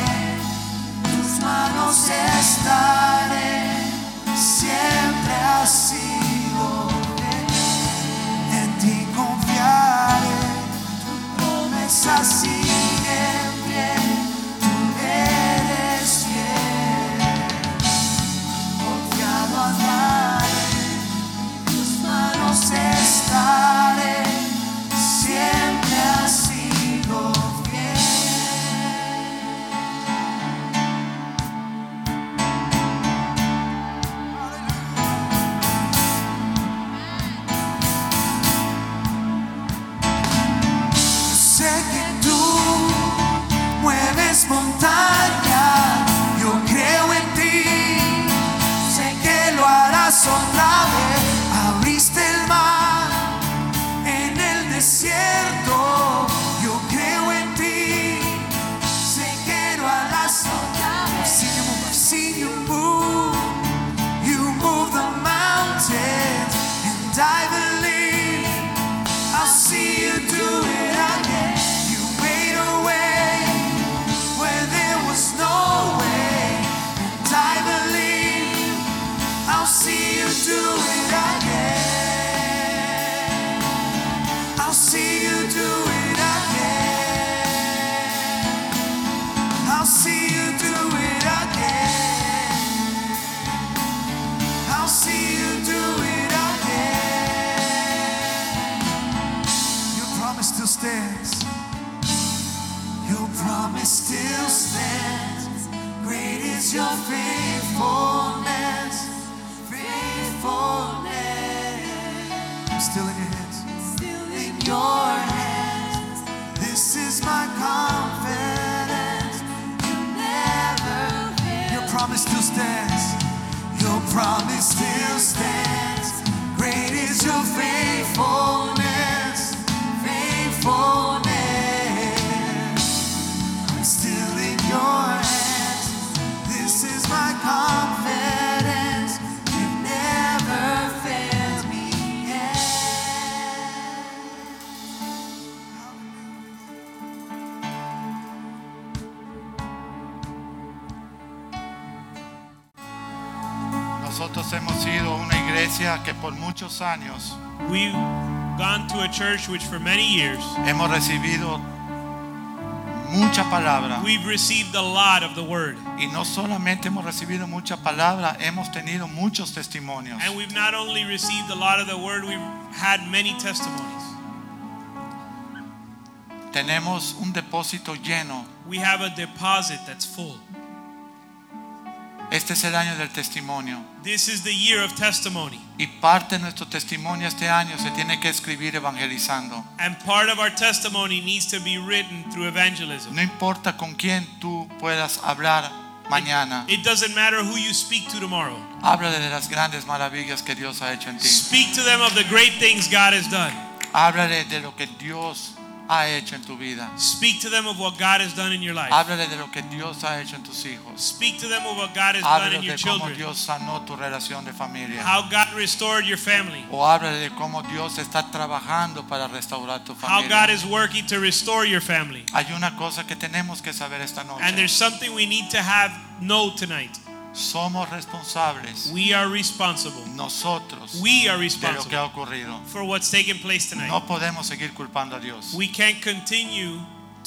tus manos estaré, siempre has sido fiel. en ti confiaré promesa sigue en pie, tú eres fiel. Confiado andaré, en tus manos estaré, siempre has sido fiel. Sé que tú mueves montaña, yo creo en ti, sé que lo harás otra vez. Abriste el mar en el desierto, yo creo en ti, sé que lo harás otra vez. See you move, see you move, you move the mountains, and I believe. I'll see you do it again. You made a way where there was no way. And I believe I'll see you do it again. I'll see you do it again. I'll see you do it again. I'll see you do it again. Your promise still stands. Your promise still stands. Great is your faithfulness. Faithfulness. I'm still in your hands. Still in your hands. This is my confidence. You never. Your promise still stands. Your promise still stands. Great is your faithfulness. Faithfulness. I'm still in your hands. This is my confidence. You never failed me yet. Nosotros hemos sido una iglesia que por muchos años We've gone to a church which for many years hemos recibido mucha palabra. we've received a lot of the word. Y no solamente hemos recibido mucha palabra, hemos tenido muchos testimonios. And we've not only received a lot of the word, we've had many testimonies. Tenemos un depósito lleno. We have a deposit that's full. Este es el año del testimonio. This is the year of testimony. Y parte de nuestro testimonio este año se tiene que escribir evangelizando. And part of our testimony needs to be written through evangelism. No importa con quién tú puedas hablar mañana, It doesn't matter who you speak to tomorrow. háblale de las grandes maravillas que Dios ha hecho en ti. Speak to them of the great things God has done. Háblale de lo que Dios ha hecho en tu vida. Speak to them of what God has done in your life. Háblale de lo que Dios ha hecho en tus hijos. Speak to them of what God has done in Háblale your de cómo children. Dios sanó tu relación de familia. How God restored your family. O háblale de cómo Dios está trabajando para restaurar tu How God familia. is working to restore your family. Hay una cosa que tenemos que saber esta And noche. there's something we need to have know tonight. Somos responsables We are responsible. nosotros We de are lo que responsible ha ocurrido. for what's taking place tonight. No podemos seguir culpando a Dios. We can't continue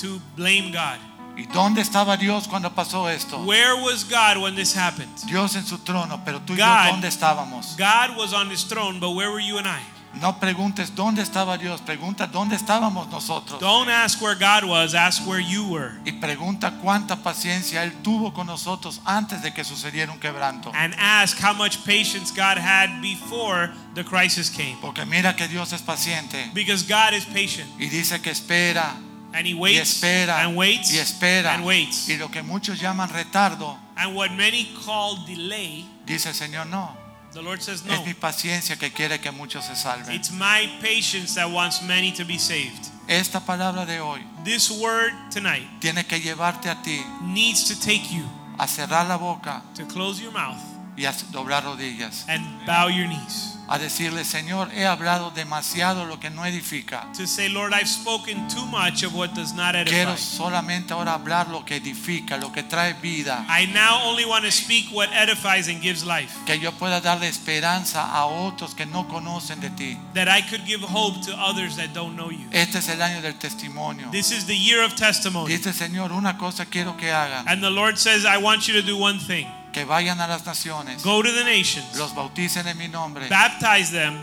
to blame God. ¿Y dónde estaba Dios cuando pasó esto? Where was God when this happened? Dios en su trono, pero tú y God- yo dónde estábamos. God was on his throne, but where were you and I? No preguntes dónde estaba Dios, pregunta dónde estábamos nosotros. Don't ask where God was, ask where you were. Y pregunta cuánta paciencia Él tuvo con nosotros antes de que sucediera un quebranto. And ask how much patience God had before the crisis came. Porque mira que Dios es paciente Because God is patient y dice que espera and he y waits espera and waits y espera. and waits. Y lo que muchos llaman retardo, And what many call delay, dice el Señor, no, the Lord says es no. mi paciencia que quiere que muchos se salven. It's my patience that wants many to be saved. Esta palabra de hoy This word tonight tiene que llevarte a ti needs to take you a cerrar la boca to close your mouth y a doblar rodillas. and bow your knees. A decirle, Señor, he hablado demasiado lo que no edifica. To say, Lord, I've spoken too much of what does not edify. Quiero solamente ahora hablar lo que edifica, lo que trae vida. I now only want to speak what edifies and gives life, Que yo pueda darle esperanza a otros que no conocen de ti. that I could give hope to others that don't know you. Este es el año del testimonio. This is the year of testimony. Dice, Señor, una cosa quiero que hagan. And the Lord says, I want you to do one thing Que vayan a las naciones, go to the nations, los bauticen en mi nombre, baptize them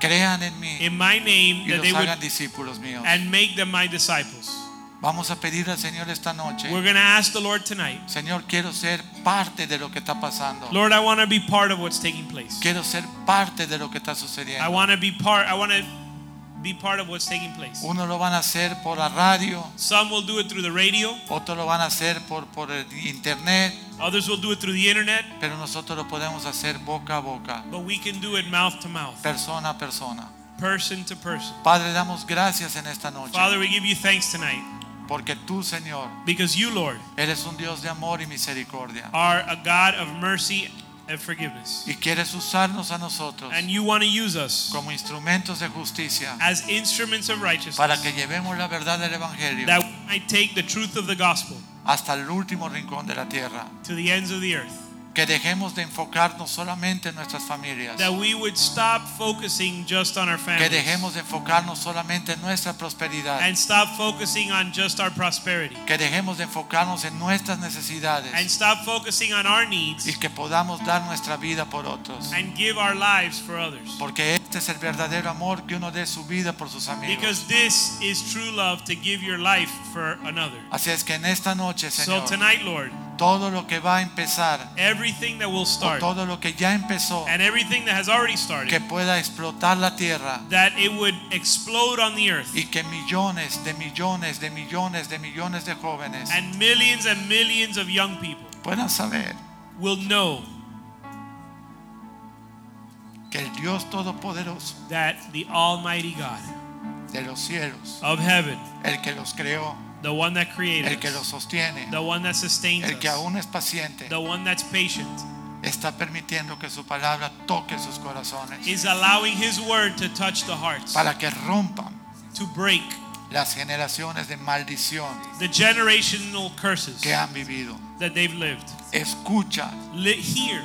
crean en mí in my name, y that they los would, hagan discípulos míos. and make them my disciples. Vamos a pedir al Señor esta noche. We're going to ask the Lord tonight, Señor, quiero ser parte de lo que está pasando. Lord, I want to be part of what's taking place. Quiero ser parte de lo que está I sucediendo. want to be part. I want to be part of what's taking place. Uno lo van a hacer por la radio, Some will do it through the radio. otros lo van a hacer por, por el internet, Others will do it through the internet. pero nosotros lo podemos hacer boca a boca, But we can do it mouth to mouth, persona a persona. person to person. Padre, damos gracias en esta noche, Father, we give you thanks tonight porque tú, Señor, because you, Lord, eres un Dios de amor y misericordia. are a God of mercy and forgiveness, y quieres usarnos a nosotros and you want to use us como instrumentos de justicia as instruments of para que righteousness llevemos la verdad del Evangelio that we might take the truth of the gospel hasta el último rincón de la tierra. to the ends of the earth. Que dejemos de enfocarnos solamente en nuestras familias. That we would stop focusing just on our Que families dejemos de enfocarnos solamente en nuestra prosperidad. and stop focusing on just our prosperity. Que dejemos de enfocarnos en nuestras and necesidades stop focusing on our needs y que podamos dar nuestra vida por otros. and give our lives for others. Porque este es el verdadero amor que uno dé su vida por sus amigos. Because this is true love to give your life for another. Así es que en esta noche, So Señor, tonight, Lord, todo lo que va a empezar everything that will o start todo lo que ya empezó and everything that has already que started, pueda explotar la tierra that it would explode on the earth y que millones de millones de millones de millones de jóvenes and millions and millions of young people puedan saber will know que el Dios Todopoderoso that the Almighty God de los cielos, of heaven, el que los creó, the one that el created que los us, sostiene, the one that sustains el que us, aún es paciente, the one that's patient, está permitiendo que su palabra toque sus corazones is allowing His word to touch the hearts, para que rompan to break las generaciones de maldición the generational curses que han vivido. that they've lived. Escucha Li- Hear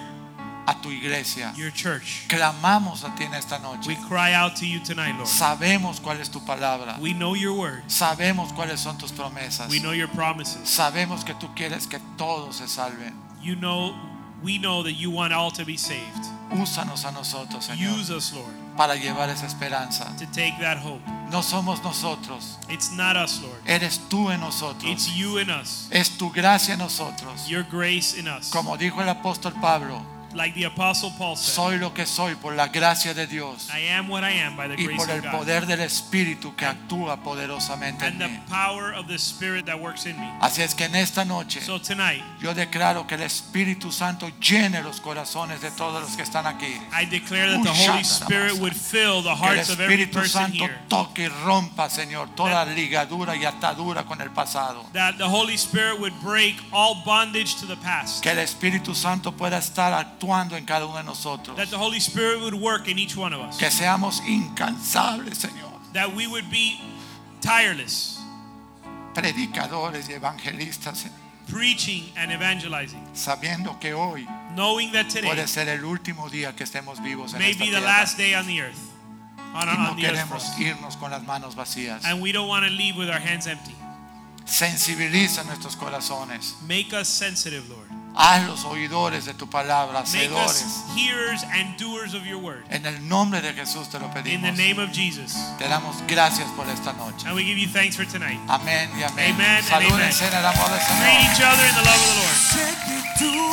a tu iglesia. your church. Clamamos a ti en esta We noche. cry out to you tonight, Lord. Sabemos cuál es tu palabra. We know your word. Sabemos cuáles son tus promesas. We know your promises. Sabemos que tú quieres que todos se salven. You know, we know that you want all to be saved. Úsanos a nosotros, Señor, Use us, Lord, para llevar esa esperanza. to take that hope. No somos nosotros, It's not us, Lord. eres tú en It's nosotros. you in us. Es tu gracia en nosotros. Your grace in us. Como dijo el apóstol Pablo, Like the apostle Paul said, soy lo que soy por la gracia de Dios I am what I am by the y grace por of el God poder del Espíritu que actúa poderosamente en and the mí. power of the spirit that works in me. Así es que en esta noche So tonight, yo declaro que el Espíritu Santo llene los corazones de todos los que están aquí. I declare that the Holy Spirit would fill Que the el hearts of every Espíritu person Santo here. toque y rompa, Señor, toda ligadura y atadura con el pasado. That the Holy Spirit would break all bondage to the past. Que el Espíritu Santo pueda estar actuando en cada uno de nosotros. That the Holy Spirit would work in each one of us. Que seamos incansables, Señor. That we would be tireless, Predicadores y evangelistas, Señor, preaching and evangelizing, sabiendo que hoy knowing that today puede ser el último día que estemos vivos en may esta be the tierra. last day on the earth. On, y no on the earth for queremos us. irnos con las manos vacías. And we don't want to leave with our hands empty. Sensibiliza nuestros corazones. Make us sensitive, Lord. Haz los oidores de tu palabra, Make hacedores. us hearers and doers of your word. En el nombre de Jesús te lo In the pedimos. name of Jesus. Te damos gracias por esta noche. And we give you thanks for tonight. Amén y amén. Amen and Salúdense en el amor del Señor. Greet each other in the love of the Lord. Sé que tú